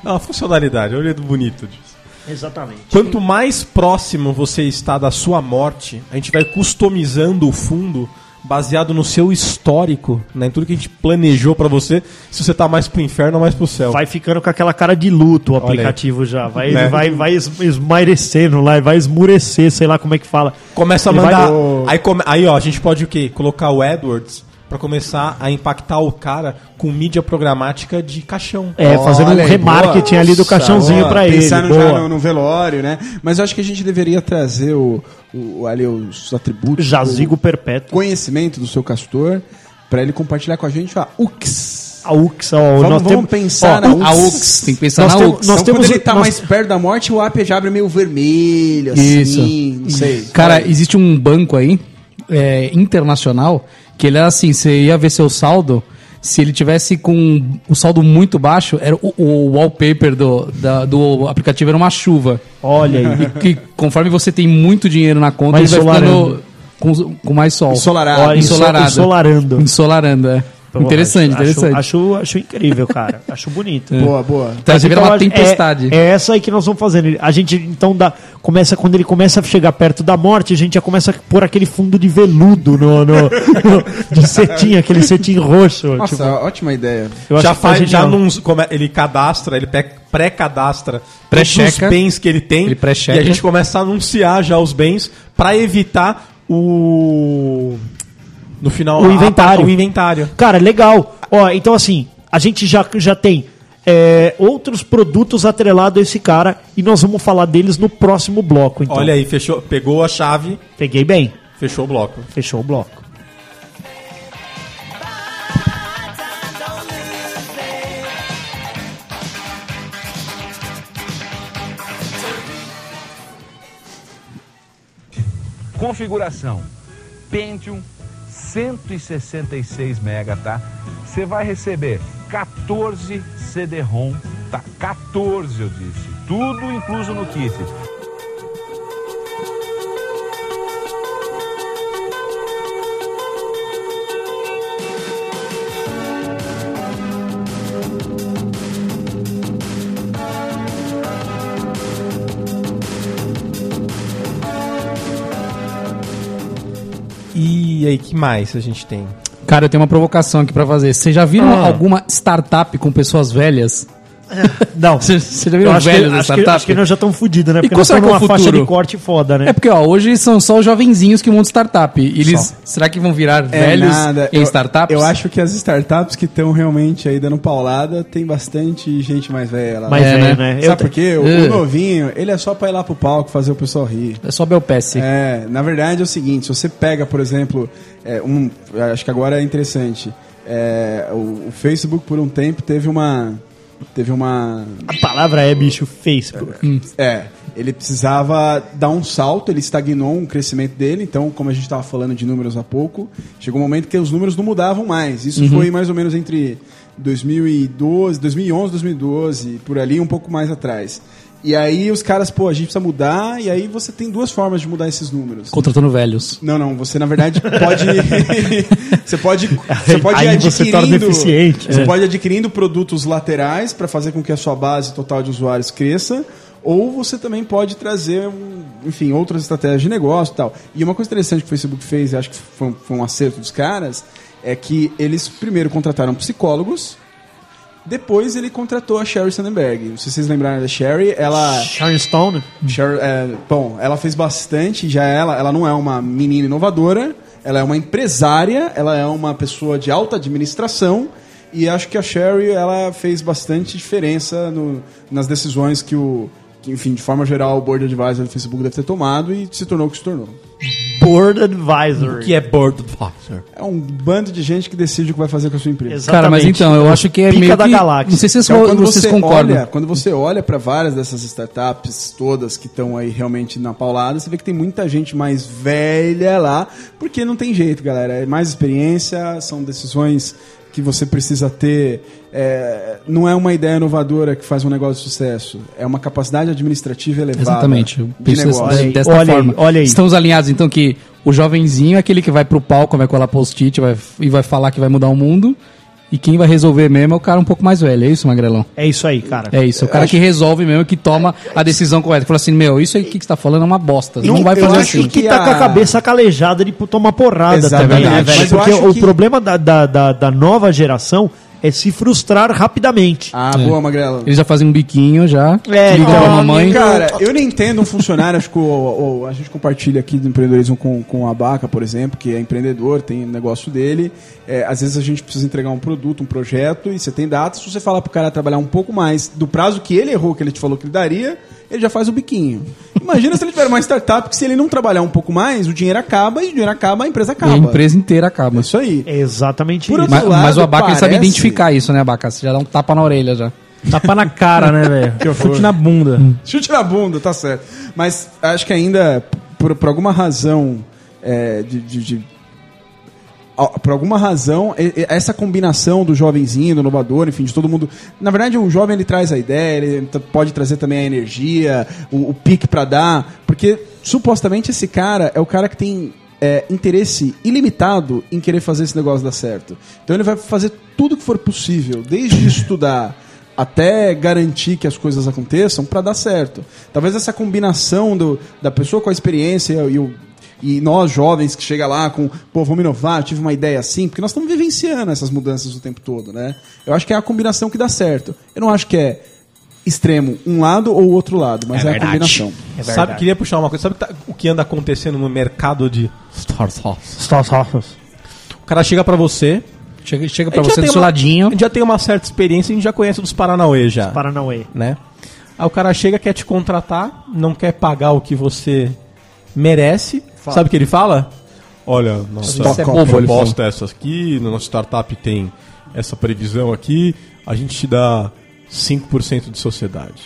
É uma funcionalidade, olha do bonito disso.
Exatamente.
Quanto mais próximo você está da sua morte, a gente vai customizando o fundo baseado no seu histórico, né, em tudo que a gente planejou pra você, se você tá mais pro inferno ou mais pro céu.
Vai ficando com aquela cara de luto o
Então. aí.
aplicativo já. Vai,
Né?
vai, vai es- esmairecendo lá, e vai esmurecer, sei lá como é que fala.
Começa a
Ele
mandar.
vai-
Aí, come- aí, ó, a gente pode o quê? Colocar o Edwards pra começar a impactar o cara com mídia programática de caixão.
É, fazendo um
Olha aí,
remarketing ali do caixãozinho
boa.
pra ele.
Pensando já
boa.
no, no velório, né? Mas eu acho que a gente deveria trazer o, o- ali os atributos.
Jazigo
o
perpétuo.
conhecimento do seu castor pra ele compartilhar com a gente a UX.
A UX, ó,
Vamos,
nós
vamos
temos-
pensar
ó,
na
A UX, tem que pensar
Nós
na
temos-
UX.
nós
então,
temos
quando ele
o-
tá
nós-
mais perto da morte, o app já abre meio vermelho,
Isso.
assim, não sei.
Cara, existe um banco aí, é, internacional, que ele era assim, você ia ver seu saldo, se ele tivesse com o saldo muito baixo, era o, o wallpaper do, da- do aplicativo era uma chuva.
Olha aí.
E que conforme você tem muito dinheiro na conta,
Vai
ele vai
ensolarando.
ficando com, com mais sol.
Ensolarado.
Ó, Ensolarado.
Ensolarando.
Ensolarando, é.
Pô,
interessante,
acho-
interessante.
Acho, acho, acho incrível, cara. acho bonito.
Boa, boa.
Então, você vira
Então,
uma
a- é-
tempestade.
É, essa aí que nós vamos fazendo. A gente então dá, começa quando ele começa a chegar perto da morte, a gente já começa a pôr aquele fundo de veludo no, no, no- de cetim, aquele cetim roxo.
Nossa,
tipo,
ótima ideia.
eu acho
já
que tá
faz, já
genial.
não, como é- ele cadastra, ele pe- pré-cadastra todos os
Pré-checa.
bens que ele tem
Ele
e
pré-checa.
a gente começa a anunciar já os bens pra evitar o no final
O
a-
inventário. Então.
o inventário.
Cara, legal. Ó, então assim, a gente já, já tem é, outros produtos atrelados a esse cara e nós vamos falar deles no próximo bloco. Então.
Olha aí, fechou, pegou a chave,
Peguei bem.
fechou o bloco.
Fechou o bloco.
Configuração: Pentium 166 mega, tá? Você vai receber 14 CD-ROM, tá? 14 eu disse, tudo incluso no kit.
E aí, que mais a gente tem?
é. Ah.
Cara, eu tenho uma provocação aqui pra fazer. Vocês já viram alguma startup com pessoas velhas?
Não.
Você você já
Eu
viu um
acho,
velho
que,
da
acho,
startup?
que, acho que nós já estamos fodidos, né?
E
Porque
qual
nós
será
estamos
que é o
numa faixa
futuro?
de corte foda, né?
É porque, ó, hoje são só os jovenzinhos que montam startup. E eles, será que vão virar
É
velhos
nada.
em
Eu-
startups?
Eu acho que as startups que estão realmente aí dando paulada, tem bastante gente mais velha lá.
Mas
É,
é,
né?
né? Eu-
Sabe por quê? O,
Eh.
o novinho, ele é só pra ir lá pro palco fazer o pessoal rir.
É só Belpesse.
É, na verdade é o seguinte, se você pega, por exemplo, é, um, acho que agora é interessante, é, o, o Facebook por um tempo teve uma, teve uma,
A palavra é, bicho, Facebook.
Hum.
é, ele precisava dar um salto, ele estagnou um crescimento dele, então, como a gente estava falando de números há pouco, chegou um momento que os números não mudavam mais. Isso foi mais ou menos entre 2012, 2011, 2012, por ali, um pouco mais atrás. E aí os caras, pô, a gente precisa mudar, e aí você tem duas formas de mudar esses números.
Contratando velhos.
Não, não, você na verdade pode. você pode, você pode ir
Aí
adquirindo.
você torna eficiente,
Você
é.
pode ir adquirindo produtos laterais para fazer com que a sua base total de usuários cresça. Ou você também pode trazer, um- enfim, outras estratégias de negócio e tal. E uma coisa interessante que o Facebook fez, e acho que foi um, foi um acerto dos caras, é que eles primeiro contrataram psicólogos, depois ele contratou a Sherry Sandberg. Não sei se vocês lembraram da Sherry, ela.
Ah, Sharon Stone?
Cheryl, é, bom, ela fez bastante, já ela, ela não é uma menina inovadora, ela é uma empresária, ela é uma pessoa de alta administração e acho que a Sherry ela fez bastante diferença no- nas decisões que o que, enfim, de forma geral, o board advisor do Facebook deve ter tomado e se tornou o que se tornou.
Board Advisor.
Que é Board Advisor.
É um bando de gente que decide o que vai fazer com a sua empresa.
Cara, mas então, eu acho que é
Pica
meio
da
que...
galáxia.
Não sei se vocês,
Então, quando
vocês
você
concordam.
olha, quando você olha para várias dessas startups todas que estão aí realmente na paulada, você vê que tem muita gente mais velha lá, porque não tem jeito, galera. É mais experiência, são decisões que você precisa ter. É, não é uma ideia inovadora que faz um negócio de sucesso. É uma capacidade administrativa elevada.
Exatamente. Eu
De
penso assim. É. dessa,
negócio.
aí,
desta
olha aí,
forma.
olha aí.
Estamos alinhados, então, que o jovenzinho é aquele que vai pro palco, vai colar post-it vai- e vai falar que vai mudar o mundo. E quem vai resolver mesmo é o cara um pouco mais velho. É isso, Magrelão?
É isso aí, cara.
É isso. É o cara que resolve mesmo, que toma a decisão correta. Fala assim, meu, isso aí que você tá falando é uma bosta. Não
Eu-
vai
eu
fazer
acho
assim.
E que
que
tá com a
a-
cabeça calejada de tomar porrada
Exatamente.
também, né,
Mas
velho?
eu
Porque
acho
o
que-
problema da, da, da, da nova geração é se frustrar rapidamente.
Ah, boa, Magrela.
Eles já fazem um biquinho, já.
É,
ligam
então,
pra mamãe.
Cara, eu não entendo um funcionário, acho que o- o- a gente compartilha aqui do empreendedorismo com, com a Abaca, por exemplo, que é empreendedor, tem um negócio dele. É, às vezes a gente precisa entregar um produto, um projeto, e você tem datas, se você falar pro cara trabalhar um pouco mais do prazo que ele errou, que ele te falou que ele daria, ele já faz o biquinho. Imagina se ele tiver uma startup que se ele não trabalhar um pouco mais, o dinheiro acaba, e o dinheiro acaba, a empresa
E
acaba.
a empresa inteira acaba.
É isso aí.
É exatamente
Por
isso.
outro
Mas, mas
lado,
o Abaca ele sabe
parece-
identificar isso, né, Abaca? Você já dá um tapa na orelha já.
Tapa na cara, né, velho? Chute na bunda.
Hum.
Chute na bunda, tá certo. Mas acho que ainda, por, por alguma razão, é, de, de- de- ó, por alguma razão, e- e- essa combinação do jovenzinho, do inovador, enfim, de todo mundo. Na verdade, o jovem ele traz a ideia, ele t- pode trazer também a energia, o, o pique pra dar, porque supostamente esse cara é o cara que tem é, interesse ilimitado em querer fazer esse negócio dar certo. Então ele vai fazer tudo que for possível, desde estudar até garantir que as coisas aconteçam para dar certo. Talvez essa combinação do, da pessoa com a experiência e, o, e nós jovens que chega lá com, pô, vamos inovar, eu tive uma ideia assim, porque nós estamos vivenciando essas mudanças o tempo todo, né? Eu acho que é a combinação que dá certo. Eu não acho que é extremo um lado ou outro lado, mas é, a combinação.
Sabe, queria puxar uma coisa. Sabe que tá- o que anda acontecendo no mercado de startups? O cara chega pra você.
Chega, chega
a
pra
gente É já
você do
tem
seu
uma-
ladinho.
A gente já tem uma certa experiência, a gente já conhece dos Paranauê já.
Paranauê.
né? Aí o cara chega, quer te contratar, não quer pagar o que você merece. Sabe o que ele fala? é Olha, nossa
Stock
nossa
option.
proposta é essa aqui, no nosso startup tem essa previsão aqui, a gente te dá 5% de sociedade.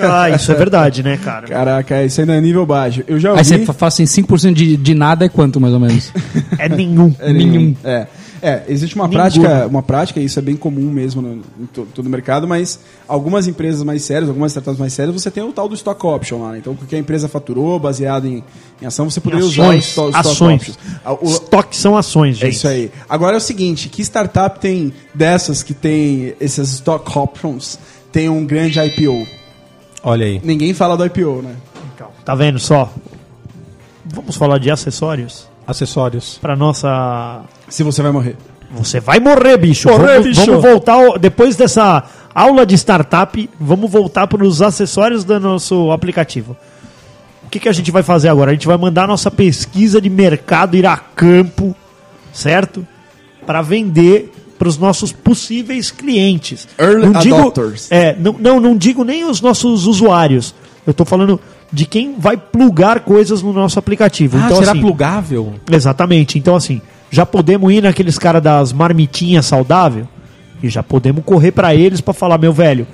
Ah, isso é verdade, né, cara?
Caraca, isso ainda é nível baixo. Eu já
Aí
ouvi...
você fa- fala assim, 5% de, de nada é quanto, mais ou menos?
É nenhum.
É, nenhum. É. É, existe uma
Nenhum.
prática, uma prática, e isso é bem comum mesmo no, em to- todo o mercado, mas algumas empresas mais sérias, algumas startups mais sérias, você tem o tal do stock option lá. né? Então, o que a empresa faturou, baseado em, em ação, você poderia usar os
ações.
to- os stock
Ações.
options. Ah, o-
Estoques são ações, gente.
é isso aí. Agora é o seguinte, que startup tem dessas que tem essas stock options, tem um grande IPO?
Olha aí.
Ninguém fala do IPO, né?
Tá vendo só? Vamos falar de acessórios
Acessórios.
pra nossa
Se você vai morrer.
Você vai morrer, bicho.
Morrer,
vamos,
bicho.
vamos voltar ao- depois dessa aula de startup, vamos voltar para os acessórios do nosso aplicativo. O que, que a gente vai fazer agora? A gente vai mandar a nossa pesquisa de mercado ir a campo, certo? Para vender para os nossos possíveis clientes.
Early
não digo,
adopters.
É, não, não, não digo nem os nossos usuários. Eu estou falando de quem vai plugar coisas no nosso aplicativo. então, assim,
plugável?
Exatamente. Então, assim, já podemos ir naqueles caras das marmitinhas saudável e já podemos correr para eles para falar, meu velho,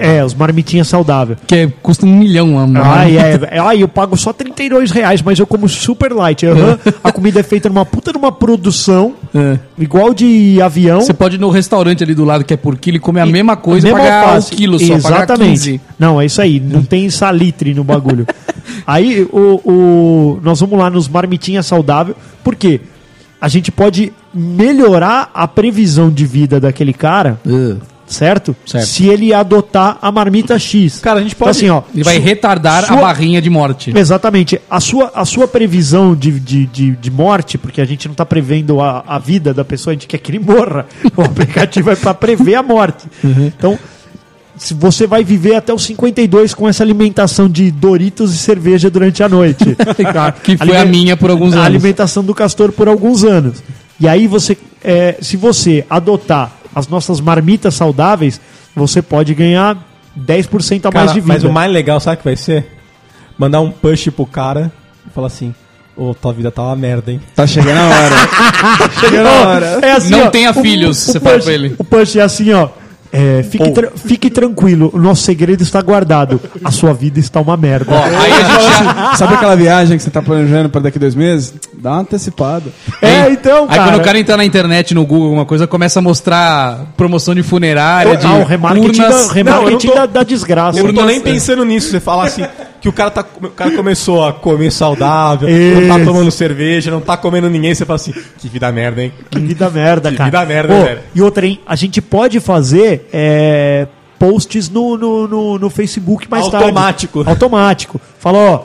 é, os marmitinhas saudável.
Que custa um milhão a
Ai,
mais.
é, é, ai, eu pago só 32 reais, mas eu como super light. Aham. A comida é feita numa puta numa produção,
É.
igual de avião.
Você pode ir no restaurante ali do lado que é por quilo e comer a
E-
mesma coisa e
mesmo
pagar
alface.
um quilo só,
Exatamente.
pagar 15.
Não, é isso aí. Não tem salitre no bagulho. aí o, o- nós vamos lá nos marmitinhas saudável, porque a gente pode melhorar a previsão de vida daquele cara, certo?
É. Certo.
Se ele adotar a marmita X.
Cara, a gente
Então,
pode-
assim, ó,
Ele vai
su-
retardar
sua-
a barrinha de morte.
Exatamente. A sua, a sua previsão de, de, de, de morte, porque a gente não está prevendo a, a vida da pessoa, a gente quer que ele morra. O aplicativo é para prever a morte.
Uhum.
Então, se você vai viver até os 52 com essa alimentação de Doritos e cerveja durante a noite.
que foi a
Alime-
minha por alguns
a
anos.
alimentação do castor por alguns anos. E aí você, é, se você adotar as nossas marmitas saudáveis, você pode ganhar 10% a mais
Cara,
de vida.
mas o mais legal, sabe o que vai ser? Mandar um push pro cara e falar assim: Ô, tua vida tá uma merda, hein?
Tá chegando a hora.
Ó, é assim,
Não
ó,
tenha filhos, você fala
punch-
pra ele.
O punch é assim, ó. é, fique, tra- fique tranquilo, o nosso segredo está guardado. A sua vida está uma merda.
Ó, aí a gente já-
Sabe aquela viagem que você tá planejando pra daqui dois meses? Dá uma antecipada.
é,
Aí-
então,
Aí
cara.
quando o cara entrar na internet, no Google, alguma coisa, começa a mostrar promoção de funerária, de
Ah, o remarketing,
urnas. é.
da, remarketing
Não, eu não tô-
da, da desgraça.
Eu não tô nem pensando nisso. Você falar assim: que o cara, tá, o cara começou a comer saudável, não tá
Isso.
tomando cerveja, não tá comendo ninguém. Você fala assim: que vida merda, hein?
Que vida merda,
Que
cara.
vida merda, velho.
E outra, hein? A gente pode fazer é, posts no, no, no, no Facebook mais
Automático.
tarde. Automático. Fala, ó.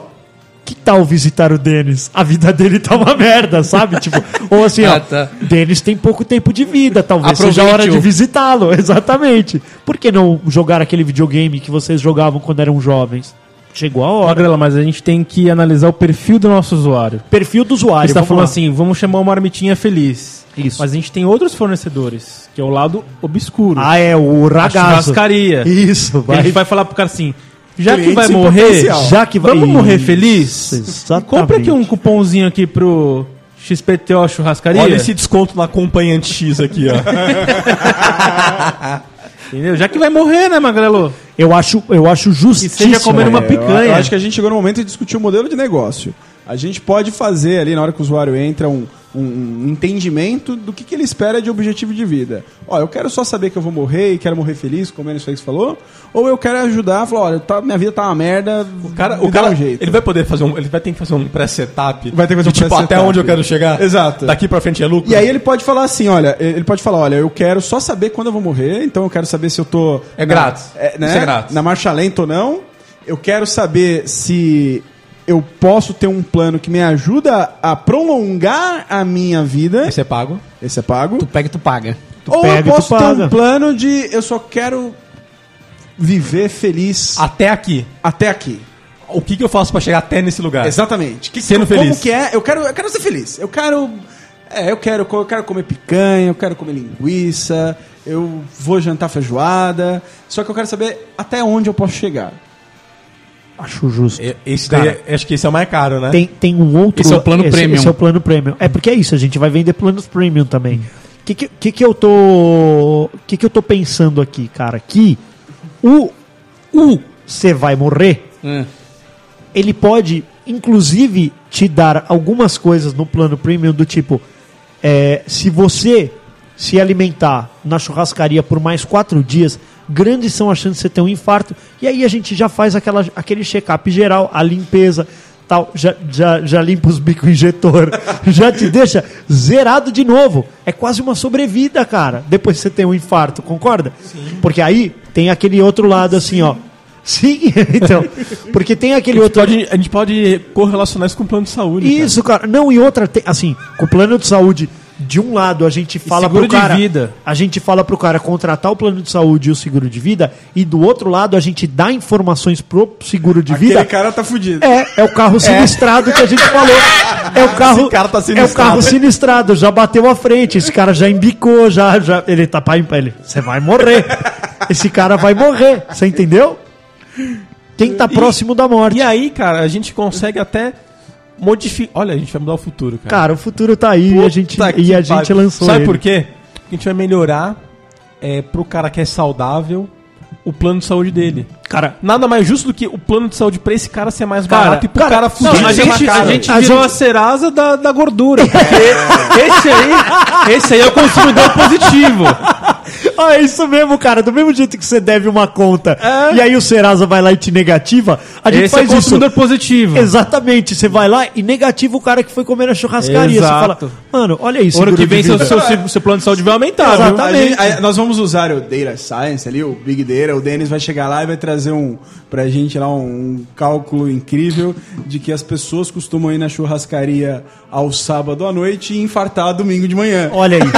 Que tal visitar o Denis? A vida dele tá uma merda, sabe? Tipo, ou assim, ó,
Ah, tá.
Denis tem pouco tempo de vida, talvez seja a hora de
Aproveite-o.
visitá-lo, exatamente. Por que não jogar aquele videogame que vocês jogavam quando eram jovens? Chegou a
Ó,
hora.
Grela, mas a gente tem que analisar o perfil do nosso usuário.
Perfil do usuário.
Você tá
vamos
falando
lá.
assim, vamos chamar uma marmitinha feliz.
Isso.
Mas a gente tem outros fornecedores, que é o lado obscuro.
Ah, é, o
a
ragazzo.
churrascaria.
Isso,
A
vai
gente vai falar pro cara assim, já que
Cliente
vai
em
morrer,
potencial.
Já que vai-
vamos morrer feliz?
Isso, exatamente.
Compra aqui um cupomzinho aqui pro XPTO Churrascaria.
Olha esse desconto na acompanhante X aqui, ó.
Entendeu? Já que vai morrer, né, Magrelo?
Eu acho, eu acho
Que
justíssimo.
seja comer uma
É, eu-
picanha.
Eu, acho que a gente chegou no momento de discutir o modelo de negócio. A gente pode fazer ali, na hora que o usuário entra, um, um- um entendimento do que, que ele espera de objetivo de vida. Ó, eu quero só saber que eu vou morrer e quero morrer feliz, como ele fez falou. Ou eu quero ajudar, falar, olha, tá- minha vida tá uma merda,
O cara,
me
o
dá
cara
um jeito.
ele vai poder fazer um. Ele vai ter que fazer um pré-setup.
Vai ter que fazer um
de, Tipo, até
pré-setup.
onde eu quero chegar.
Exato.
Daqui pra frente é lucro.
E aí ele pode falar assim, olha, ele pode falar, olha, eu quero só saber quando eu vou morrer, então eu quero saber se eu tô
É grátis.
é, né,
Isso é grátis.
na marcha lenta ou não. Eu quero saber se eu posso ter um plano que me ajuda a prolongar a minha vida.
Esse é pago.
Esse é pago.
Tu pega e tu paga.
ou
pega e
eu
tu
posso ter
paga.
um plano de eu só quero viver feliz
Até aqui.
até aqui.
O que, que eu faço pra chegar até nesse lugar?
Exatamente. Que,
Sendo
como
feliz.
que é? Eu quero, eu quero ser feliz. Eu quero. É, eu quero, eu quero comer picanha, eu quero comer linguiça, eu vou jantar feijoada. Só que eu quero saber até onde eu posso chegar.
Acho justo.
E- Esse daí,
Cara.
acho que esse é o mais caro, né?
Tem, tem um outro.
Esse é o plano premium.
esse é o plano premium. É porque é isso, a gente vai vender planos premium também. O que, que, que que eu tô. que, que eu tô pensando aqui, cara? Que o. O você vai morrer. Ele pode, inclusive, te dar algumas coisas no plano premium do tipo. é, se você se alimentar na churrascaria por mais quatro dias, grandes são as chances de você ter um infarto. E aí a gente já faz aquela, aquele check-up geral, a limpeza, tal, já, já, já limpa os bico injetor, já te deixa zerado de novo. É quase uma sobrevida, cara, depois que você tem um infarto, concorda? Sim. Porque aí tem aquele outro lado assim, ó. Sim, então. Porque tem aquele outro.
Pode- a gente pode correlacionar isso com o plano de saúde.
Isso, cara. Não, e outra, tem- assim, com o plano de saúde De um lado, a gente fala
seguro
pro
de
cara,
vida.
a gente fala pro cara contratar o plano de saúde e o seguro de vida, e do outro lado a gente dá informações pro seguro de
Aquele
vida.
cara tá fudido.
É, é o carro sinistrado que a gente falou. É o carro,
Esse cara tá
é o
sinistrado.
carro sinistrado, já bateu a frente, esse cara já embicou, já, já ele tá pai ele, você vai morrer. Esse cara vai morrer, você entendeu? Quem tá próximo da morte.
E aí, cara, a gente consegue até modificar. Olha, a gente vai mudar o futuro, cara.
Cara, o futuro tá aí e a gente,
Puta
e a
que
gente
pariu.
lançou
Sabe
ele.
por quê? Porque a gente vai melhorar é, pro cara que é saudável o plano de saúde dele.
Cara,
Nada mais justo do que o plano de saúde pra esse cara ser mais
Cara,
barato e pro
cara,
cara,
Não,
fugir
a,
de ser mais
gente, a
caro.
gente
A
virou
gente-
a Serasa da, da gordura. porque Esse aí, esse aí é o consumidor positivo.
Ah, é isso mesmo, cara. Do mesmo jeito que você deve uma conta e aí o Serasa vai lá e te negativa, a gente
É. Esse é o
faz isso.
consumidor positivo.
Exatamente, você vai lá e negativa o cara que foi comer na churrascaria. Você
Exato.
fala, mano, olha isso.
Ano
seguro de
que vem seu,
vida." É,
seu, seu- seu plano de saúde vai aumentar, viu?
A
Exatamente.
gente- a- É, nós vamos usar o Data Science ali, o Big Data. O Denis vai chegar lá e vai trazer um pra gente lá um cálculo incrível de que as pessoas costumam ir na churrascaria ao sábado à noite e infartar domingo de manhã.
Olha aí.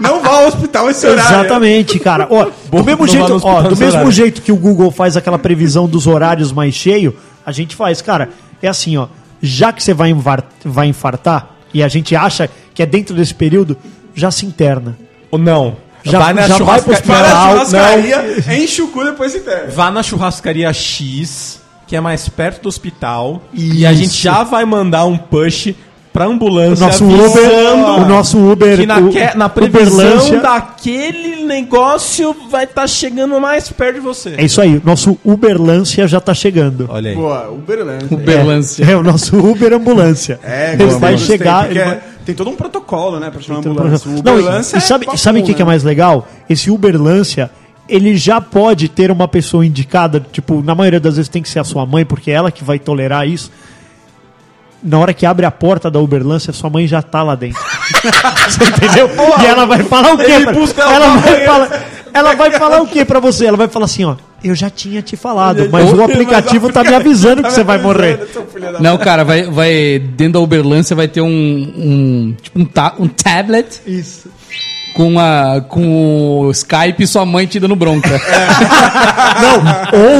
Não vá ao hospital esse horário.
Exatamente, cara. Ó,
não
do mesmo,
vá no
jeito,
hospital
ó, do
nesse
mesmo
horário.
jeito que o Google faz aquela previsão dos horários mais cheio, a gente faz, cara. É assim, ó. Já que você vai, invar- vai infartar e a gente acha que é dentro desse período, já se interna.
Ou não.
Já-
vai na
já vai
churrasca...
pro hospital.
Para a
Não,
churrascaria, enche o cu depois se pega.
Vá na churrascaria X, que é mais perto do hospital, e a
Isso.
gente já vai mandar um push pra
O
ambulância
nosso Uber, o nosso Uber,
que na,
o-
que- na previsão
Uberlândia-
daquele negócio vai estar chegando mais perto de você.
É isso aí, nosso Uberlância já tá chegando.
Olha aí.
Boa, Uberlândia.
Berlância.
É o nosso Uber ambulância. ele
gostei,
vai
É, gostei,
chegar,
porque
ele vai-
Tem todo um protocolo, né, pra chamar ambulância. O
um Não, e,
Uberlândia
e sabe,
é
e sabe o que,
papum,
que é
né?
mais legal? Esse Uberlância, ele já pode ter uma pessoa indicada, tipo, na maioria das vezes tem que ser a sua mãe, porque é ela que vai tolerar isso. Na hora que abre a porta da Uberlância, sua mãe já tá lá dentro. Você entendeu? e ela vai falar o quê?
ele
pra-
busca ela
ela,
na
vai
manhã.
falar, ela vai falar o quê pra você? Ela vai falar assim, ó, eu já tinha te falado, mas
Mas
o aplicativo tá me avisando que você vai morrer.
seu filho da
Não, cara, vai, vai dentro da Uberlândia vai ter um, um tipo um, ta- um tablet
Isso.
com a com o Skype e sua mãe te dando bronca.
É.
Ou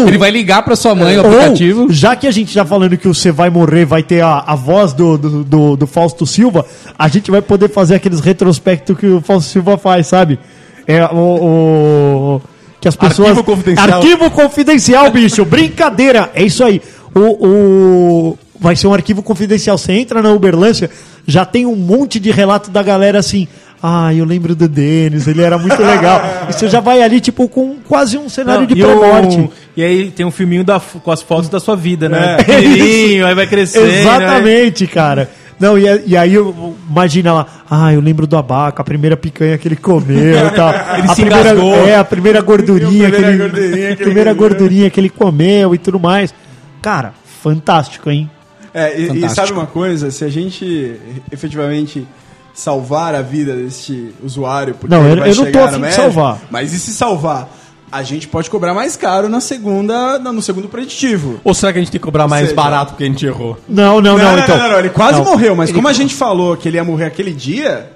Ele vai ligar pra sua mãe o aplicatiativo.
Ou, já que a gente tá falando que o Você Vai Morrer vai ter a, a voz do, do, do, do Fausto Silva, a gente vai poder fazer aqueles retrospectos que o Fausto Silva faz, sabe? É o. o- que as pessoas.
Arquivo confidencial.
Arquivo confidencial, bicho! Brincadeira! É isso aí. O. o- Vai ser um arquivo confidencial. Você entra na Uberlância, já tem um monte de relato da galera assim. Ah, eu lembro do Denis, ele era muito legal. E você já vai ali, tipo, com quase um cenário
Não,
de
e o-
pré-morte.
E aí tem um filminho da, com as fotos da sua vida, né?
É.
Pequenininho, aí vai crescendo.
né?
né?
aí-
Exatamente, cara. Não, e, e aí eu, imagina lá, ah, eu lembro do abaca, a primeira picanha que ele comeu e tal. a
se
primeira,
engasgou.
É, a primeira gordurinha,
A
que ele,
primeira gordurinha que ele
primeira
comeu.
gordurinha que ele comeu e tudo mais. Cara, fantástico, hein?
É, e- e,
Fantástico.
sabe uma coisa? Se a gente efetivamente salvar a vida deste usuário, porque
Não,
ele
eu- eu não tô
chegar
afim
no
de
médico,
salvar.
Mas e se salvar? A gente pode cobrar mais caro na segunda, na- no segundo preditivo.
Ou será que a gente tem que cobrar mais
seja-
barato porque a gente errou?
Não, não, não, então.
ele quase
Não.
morreu, mas como a gente falou que ele ia morrer aquele dia,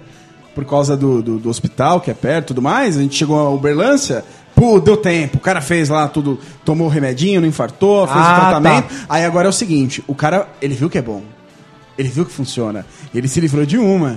por causa do, do, do hospital, que é perto e tudo mais, a gente chegou a Uberlândia, pô, deu tempo, o cara fez lá tudo, tomou o remedinho, não infartou, fez
tá.
Ah,
o tratamento. Aí agora é o seguinte, o cara, ele viu que é bom, ele viu que funciona, ele se livrou de uma.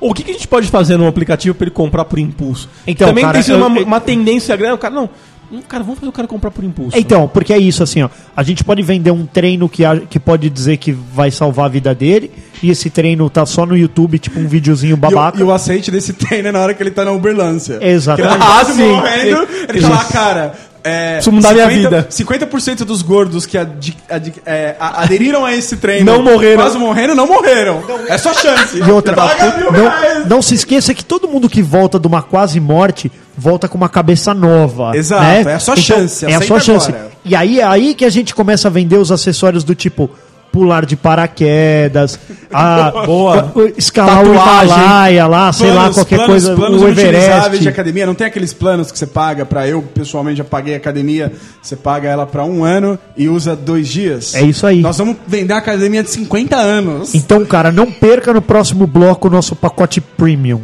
Ou o que, que a gente pode fazer num aplicativo pra ele comprar por impulso?
Então,
Também
cara,
tem sido
eu-
uma,
eu-
uma tendência grande. O cara, não, hum, cara, vamos fazer o cara comprar por impulso.
Então, porque é isso, assim, ó. A gente pode vender um treino que, a- que pode dizer que vai salvar a vida dele, e esse treino tá só no YouTube, tipo um videozinho
E o,
babaca.
e o aceite desse treino é na hora que ele tá na Uberlândia.
Exatamente.
Que ele tá quase
Ah, sim.
morrendo, ele tá lá, cara. É,
Preciso mudar minha vida.
50% dos gordos que adi- adi- é, a- aderiram a esse treino
Não morreram.
quase morreram, não morreram. É só chance.
E outra,
Paga mil reais.
não, não se esqueça que todo mundo que volta de uma quase morte volta com uma cabeça nova.
Exato,
né?
é a sua chance,
É a
aceita
sua chance.
agora.
E aí é aí que a gente começa a vender os acessórios do tipo: pular de paraquedas, a,
Boa.
o- escalar
Tatuagem.
o Himalaia lá, sei lá, qualquer coisa,
planos
o
utilizáveis
Everest.
de academia. Não tem aqueles planos que você paga pra eu, pessoalmente, já paguei a academia. Você paga ela pra um ano e usa dois dias.
É isso aí.
Nós vamos vender a academia de 50 anos.
Então, cara, não perca no próximo bloco o nosso pacote premium.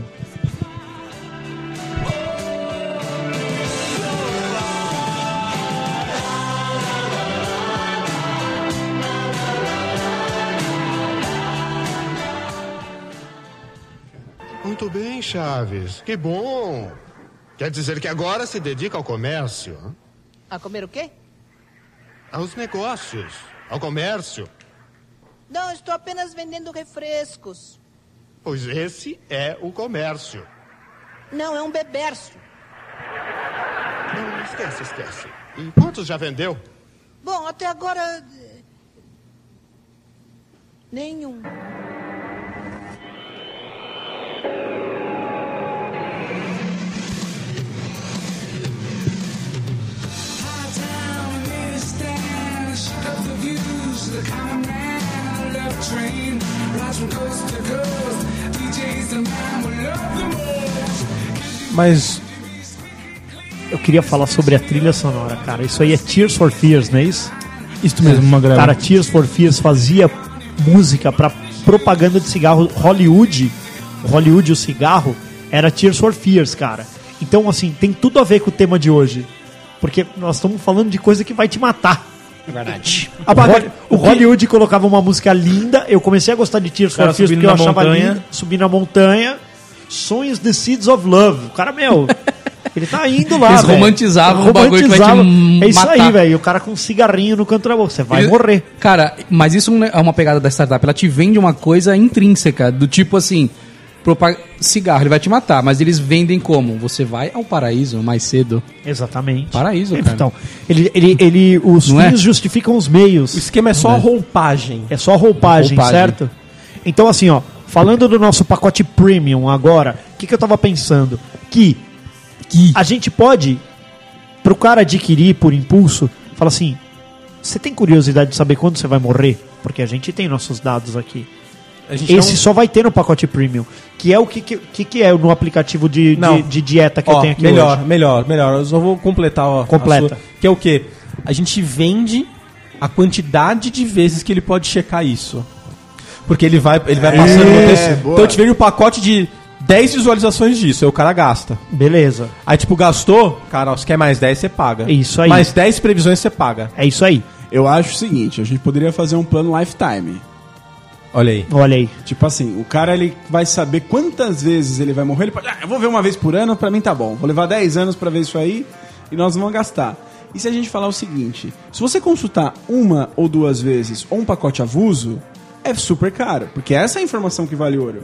Muito bem, Chaves. Que bom. Quer dizer que agora se dedica ao comércio?
A comer o quê?
Aos negócios? Ao comércio?
Não, estou apenas vendendo refrescos.
Pois esse é o comércio.
Não, é um beberço.
Não, esquece, esquece. E quantos já vendeu?
Bom, até agora. eh, Nenhum.
Mas
Eu queria falar sobre a trilha sonora, cara. Isso aí é Tears for Fears, não é isso?
Isso mesmo, Magrelo.
Cara, Tears for Fears fazia música pra propaganda de cigarro Hollywood. Hollywood, o cigarro, era Tears for Fears, cara. Então, assim, tem tudo a ver com o tema de hoje. Porque nós estamos falando de coisa que vai te matar.
É
Verdade.
Apagar- o Hollywood colocava uma música linda. Eu comecei a gostar de Tears for
Cara,
Fears
subindo
porque eu
na
achava
montanha.
linda. Subindo na montanha. Sonhos The Seeds of Love. O cara, meu. Ele tá indo lá.
Eles
velho.
romantizavam o bagulho que vai te
É isso aí,
matar.
velho. O cara com um cigarrinho no canto da boca. Você vai
Ele-
morrer.
Cara, mas isso não é uma pegada da startup. Ela te vende uma coisa intrínseca, do tipo assim. propa- Cigarro, ele vai te matar, mas eles vendem como? Você vai ao paraíso mais cedo.
Exatamente.
Paraíso, cara.
Então, ele, ele, ele, os
Não é?
fins justificam os
O
meios.
esquema é só a roupagem.
É só roupagem,
Roupagem.
certo? Então, assim, ó, falando do nosso pacote premium agora, o que, que eu tava pensando? Que, que a gente pode, pro cara adquirir por impulso, fala assim: você tem curiosidade de saber quando você vai morrer? Porque a gente tem nossos dados aqui.
A gente é um
Esse só vai ter no pacote premium, que é o que, que, que, que é no aplicativo de, de-
Não.
de dieta É que eu
Ó,
tenho aqui
melhor,
hoje.
melhor, melhor. Eu só vou completar ó, a
Completa.
sua- que é o quê? A gente vende a quantidade de vezes que ele pode checar isso. Porque ele vai, ele vai passando no texto.
É, boa.
Então eu te vende um pacote de 10 visualizações disso, aí o cara gasta.
Beleza.
Aí tipo, gastou, cara, ó, se quer mais 10, você paga.
Isso aí.
Mais 10 previsões você paga.
É isso aí.
Eu acho o seguinte, a gente poderia fazer um plano lifetime.
Olha aí.
Olha aí.
Tipo assim, o cara ele vai saber quantas vezes ele vai morrer. Ele pode, ah, eu vou ver uma vez por ano, pra mim tá bom. Vou levar 10 anos pra ver isso aí e nós vamos gastar. E se a gente falar o seguinte, se você consultar uma ou duas vezes ou um pacote avulso, é super caro, porque essa é a informação que vale ouro.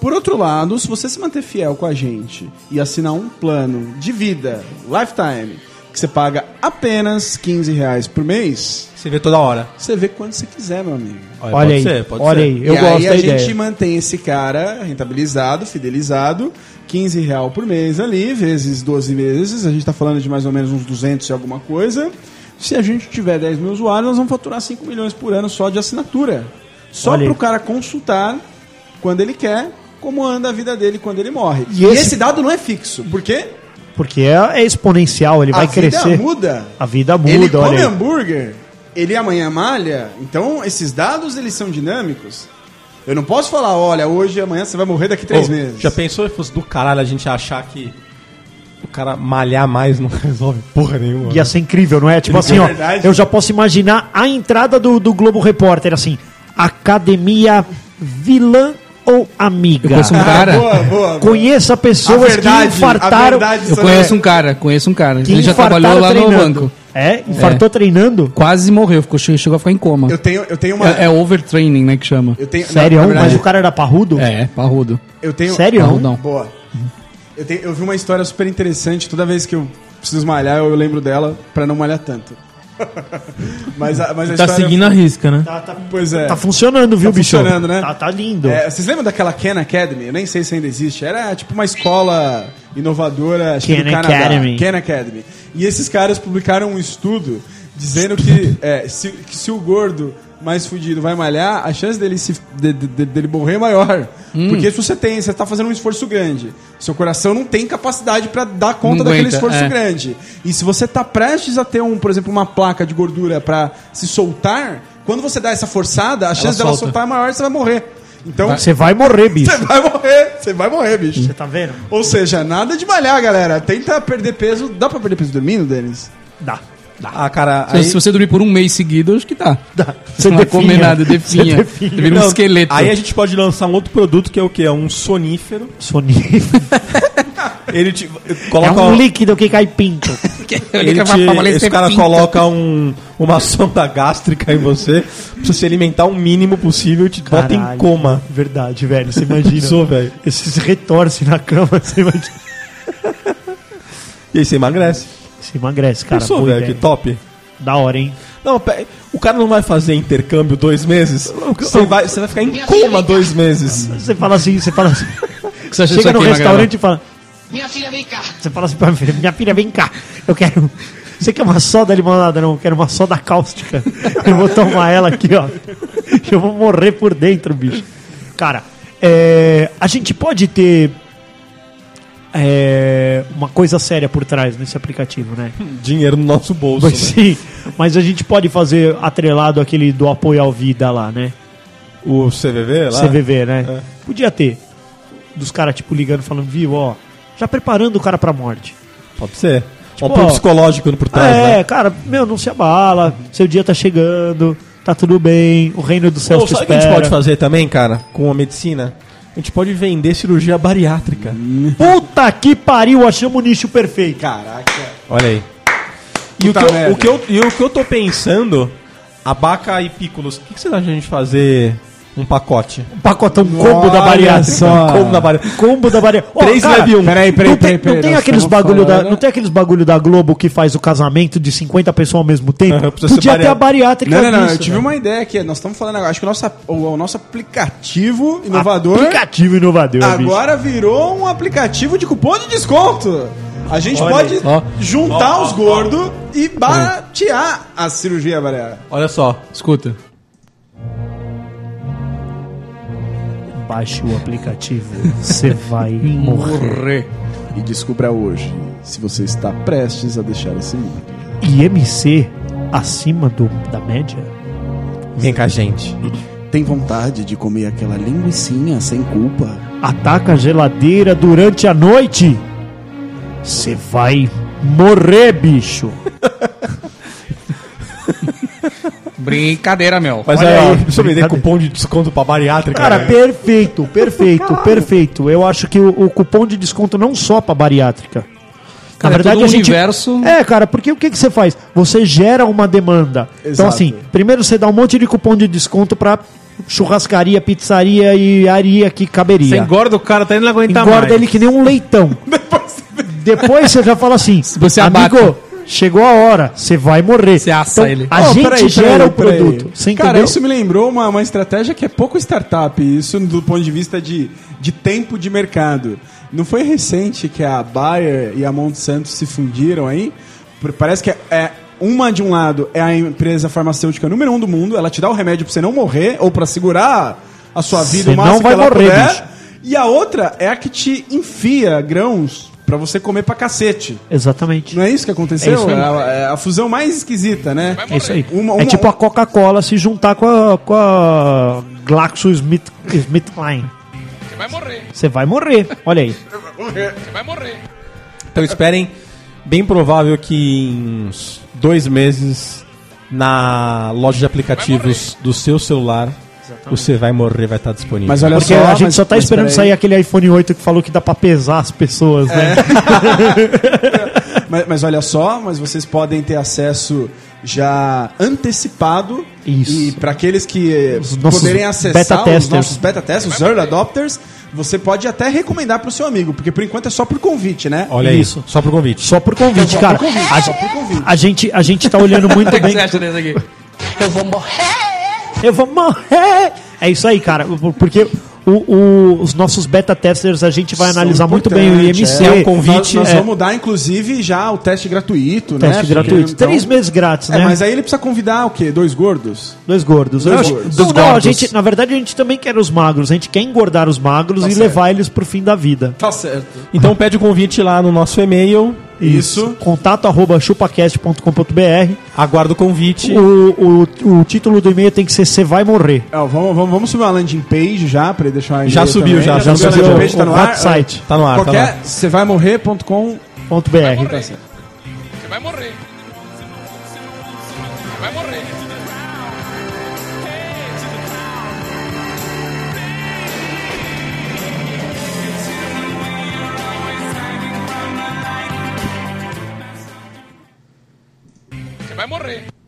Por outro lado, se você se manter fiel com a gente e assinar um plano de vida, lifetime, que você paga apenas 15 reais por mês,
Você vê toda hora.
você vê quando você quiser, meu amigo.
Olha,
Olha
pode
aí.
ser, pode
olha
ser.
aí. Eu
e
gosto
aí é-
da
a
ideia.
gente mantém esse cara rentabilizado, fidelizado, 15 real por mês ali, vezes 12 meses, a gente tá falando de mais ou menos uns 200 e alguma coisa. Se a gente tiver 10 mil usuários, nós vamos faturar 5 milhões por ano só de assinatura. Só
Olha aí.
pro cara consultar quando ele quer, como anda a vida dele quando ele morre.
E
E esse,
esse-
dado não é fixo, porque
Porque é, é exponencial, ele
a
vai
vida é
crescer.
muda.
A vida
Ele
muda,
come
olha aí.
hambúrguer, ele amanhã malha, então esses dados eles são dinâmicos. Eu não posso falar, olha, hoje e amanhã você vai morrer daqui três
Ô,
meses.
Já pensou se fosse do caralho a gente achar que o cara malhar mais não resolve porra nenhuma?
Ia ser incrível, não é? Tipo assim, ó,
verdade.
eu já posso imaginar a entrada do, do Globo Repórter, assim, academia vilã ou amiga?
Eu conheço um cara.
Ah, boa, boa, boa.
Conheça pessoas
A verdade,
que infartaram,
a verdade
Eu
sobre-
conheço um cara, conheço um cara.
que
ele já
infartaram
trabalhou lá no
treinando.
banco.
É? Infartou treinando?
Quase morreu, ficou, che- chegou a ficar em coma.
Eu tenho, eu tenho uma.
É, é overtraining, né, que chama.
eu tenho,
Sério?
na- na verdade,
Mas o cara era parrudo?
É, parrudo.
Eu tenho.
Sério?
Não, não.
Boa. Eu, tenho- eu vi uma história super interessante. Toda vez que eu preciso malhar, eu lembro dela pra não malhar tanto. mas a, mas a
Tá
história-
seguindo a risca, né?
Tá, tá-
Pois é.
tá funcionando, viu,
Tá
bicho?
funcionando, né?
Tá, tá lindo.
É, vocês lembram daquela Khan Academy? Eu nem sei se ainda existe. Era tipo uma escola inovadora acho que é do
Khan
Canadá.
Academy.
Khan Academy. E esses caras publicaram um estudo dizendo que, é, se, que se o gordo mais fudido vai malhar, a chance dele, se, de- de- de- dele morrer é maior. Porque se você tem, você tá fazendo um esforço grande. Seu coração não tem capacidade para dar conta
Não
daquele
aguenta,
esforço
é.
grande. E se você tá prestes a ter um, por exemplo, uma placa de gordura para se soltar, quando você dá essa forçada, a chance dela
solta.
soltar é maior e você vai morrer. Então,
Você vai morrer, bicho.
você vai morrer, você vai morrer, bicho.
Tá vendo?
Ou seja, nada de malhar, galera. Tenta perder peso. Dá pra perder peso dormindo, Denis?
Dá.
Ah, cara,
Se-
aí-
Se você dormir por um mês seguido, acho que dá. Dá. Você
Você
não vai comer
definha.
nada, definha.
Você definha.
Vira um
Não,
esqueleto.
Aí a gente pode lançar um outro produto que é o quê? É um sonífero.
Sonífero.
Ele te,
É
coloca
um líquido que cai pinto.
Ele te, esse cara coloca um, uma sonda gástrica em você pra se alimentar o mínimo possível e te bota em
Caralho.
coma.
Verdade, velho. Você imagina.
Sou, velho.
Esses retorce na cama, você imagina.
E aí você emagrece.
Você emagrece, cara.
Pensou,
boa
velho?
ideia.
Que top.
Da hora, hein?
Não, pe- o cara não vai fazer intercâmbio dois meses? Você vai, você vai ficar em coma dois meses.
Você fala assim, você fala assim.
Você acha
Chega
isso
no
aqui,
restaurante e fala. Minha filha, vem cá. Você fala assim pra minha filha, minha filha, vem cá. Eu quero. Você quer uma soda limonada? Não, eu quero uma soda cáustica. Eu vou tomar ela aqui, ó. Eu vou morrer por dentro, bicho. Cara, é, a gente pode ter é, uma coisa séria por trás nesse aplicativo, né?
Dinheiro no nosso bolso.
Mas,
né?
sim, mas a gente pode fazer atrelado aquele do apoio ao vida lá, né?
O CVV lá?
CVV, né? Podia ter. Dos caras, tipo, ligando, falando, viu, ó, já preparando o cara pra morte.
Pode ser. Um
ó,
apoio psicológico por trás,
Tipo, é,
né?
cara, meu, não se abala, seu dia tá chegando, tá tudo bem, o reino dos céus
Ou
te
sabe o que
espera.
a gente pode fazer também, cara, com a medicina? A gente pode vender cirurgia bariátrica.
Puta que pariu, achamos o nicho perfeito.
Caraca.
Olha aí. E o, que
Puta merda.
eu, o, que eu, e o que eu tô pensando, abaca e pícolos, o que, que você acha de a gente fazer um pacote?
Um pacotão combo da
Olha
bariátrica.
só. Ah.
Como na bariátrica.
Combo da bariátrica. Ó,
Três
cara,
leve um.
Peraí, peraí,
não tem,
peraí, peraí.
não tem
nós
aqueles
estamos
bagulho da,
falando-
não tem aqueles bagulho da Globo que faz o casamento de 50 pessoas ao mesmo tempo?
Aham, precisa ser
Podia ter a bariátrica
Não, não, não.
disso, né?
eu tive
velho.
uma ideia aqui. Nós estamos falando agora. Acho que o nosso, ap- o, o nosso aplicativo inovador
Aplicativo inovador, bicho.
agora virou um aplicativo de cupom de desconto. A gente pode
Ó.
juntar os gordos e baratear a cirurgia bariátrica.
Olha só.
Escuta.
Baixe o aplicativo, você vai morrer.
E descubra hoje se você está prestes a deixar esse mundo.
IMC acima do, da média?
Vem com a gente.
Tem vontade de comer aquela linguiçinha sem culpa?
Ataca a geladeira durante a noite? Você vai morrer, bicho.
Brincadeira, meu.
Mas
Olha
aí,
aí,
deixa eu vender
brincadeira.
cupom de desconto pra bariátrica.
É.
Cara,
né?
perfeito, perfeito, perfeito. Eu acho que o, o cupom de desconto não só pra bariátrica.
Cara, é
Na verdade,
todo um
a gente.
universo.
É, cara, porque o que, que você faz? Você gera uma demanda. Então,
Exato.
assim, primeiro você dá um monte de cupom de desconto pra churrascaria, pizzaria e aria que
Você
caberia.
engorda o cara, tá indo não aguentar
Engorda
mais.
ele que nem um leitão. Depois você já fala assim,
você
amigo,
abate.
chegou a hora, você vai morrer. Então,
Você assa ele.
A
Oh,
gente
peraí,
gera
peraí,
o
peraí.
produto. Você entendeu?
Cara, isso me lembrou uma, uma estratégia que é pouco startup, isso do ponto de vista de, de tempo de mercado. Não foi recente que a Bayer e a Monsanto se fundiram aí? Por- Parece que é, é uma de um lado é a empresa farmacêutica número um do mundo, ela te dá o remédio pra você não morrer ou pra segurar a sua vida
Você
o máximo
não vai
que ela
morrer,
puder.
bicho.
E a outra é a que te enfia grãos pra você comer pra cacete.
Exatamente.
Não é isso que aconteceu?
É isso aí.
É a, é a fusão mais esquisita, né?
É isso aí.
Uma- uma-
é tipo a Coca-Cola se juntar com a, com a GlaxoSmithKline. Você vai morrer. Olha aí.
Então esperem, bem provável que em uns dois meses, na loja de aplicativos do seu celular, você vai morrer, vai estar disponível.
Mas olha
Porque
só,
a gente
mas-
só tá
mas
esperando
peraí.
sair aquele iPhone 8 que falou que dá pra pesar as pessoas, né?
É. Mas, mas olha só, mas vocês podem ter acesso já antecipado.
Isso.
E para aqueles que eh,
Os nossos
poderem acessar
beta
os
testers.
nossos beta testers, os early adopters, você pode até recomendar pro seu amigo, porque por enquanto é só por convite, né?
Olha aí,
Isso.
só pro convite.
Só por convite, cara. A- a, gente, a gente tá olhando muito bem.
desse aqui?
Eu vou morrer! É isso aí, cara. Porque o- o- os nossos beta testers, a gente vai analisar muito bem o IMC.
É um convite. Nós, nós
é,
vamos dar, inclusive, já o teste gratuito, né?
teste
Porque,
gratuito.
então-
Três meses grátis,
É,
né?
mas aí ele precisa convidar o quê? Dois gordos?
Dois gordos.
Dois
Eu acho-
gordos.
Não,
Dos
não, a
gordos.
gente, na verdade, a gente também quer os magros. A gente quer engordar os magros e levar eles pro fim da vida.
Tá certo.
Então pede o convite lá no nosso e-mail.
Isso. Contato arroba chupacast.com.br.
Aguardo o convite.
O, o, o título do e-mail tem que ser Você Vai Morrer.
É, Ó, vamos, vamos, vamos subir uma landing page já pra ele deixar
Já
e-mail
subiu,
também.
já, já
subiu.
subiu.
A landing page tá no
O
ar.
website. Ah,
Tá no ar, tá no ar.
Qualquer você vai morrer.com.
Ponto .br.
Tá certo.
vai morrer. Você vai morrer. Você vai morrer.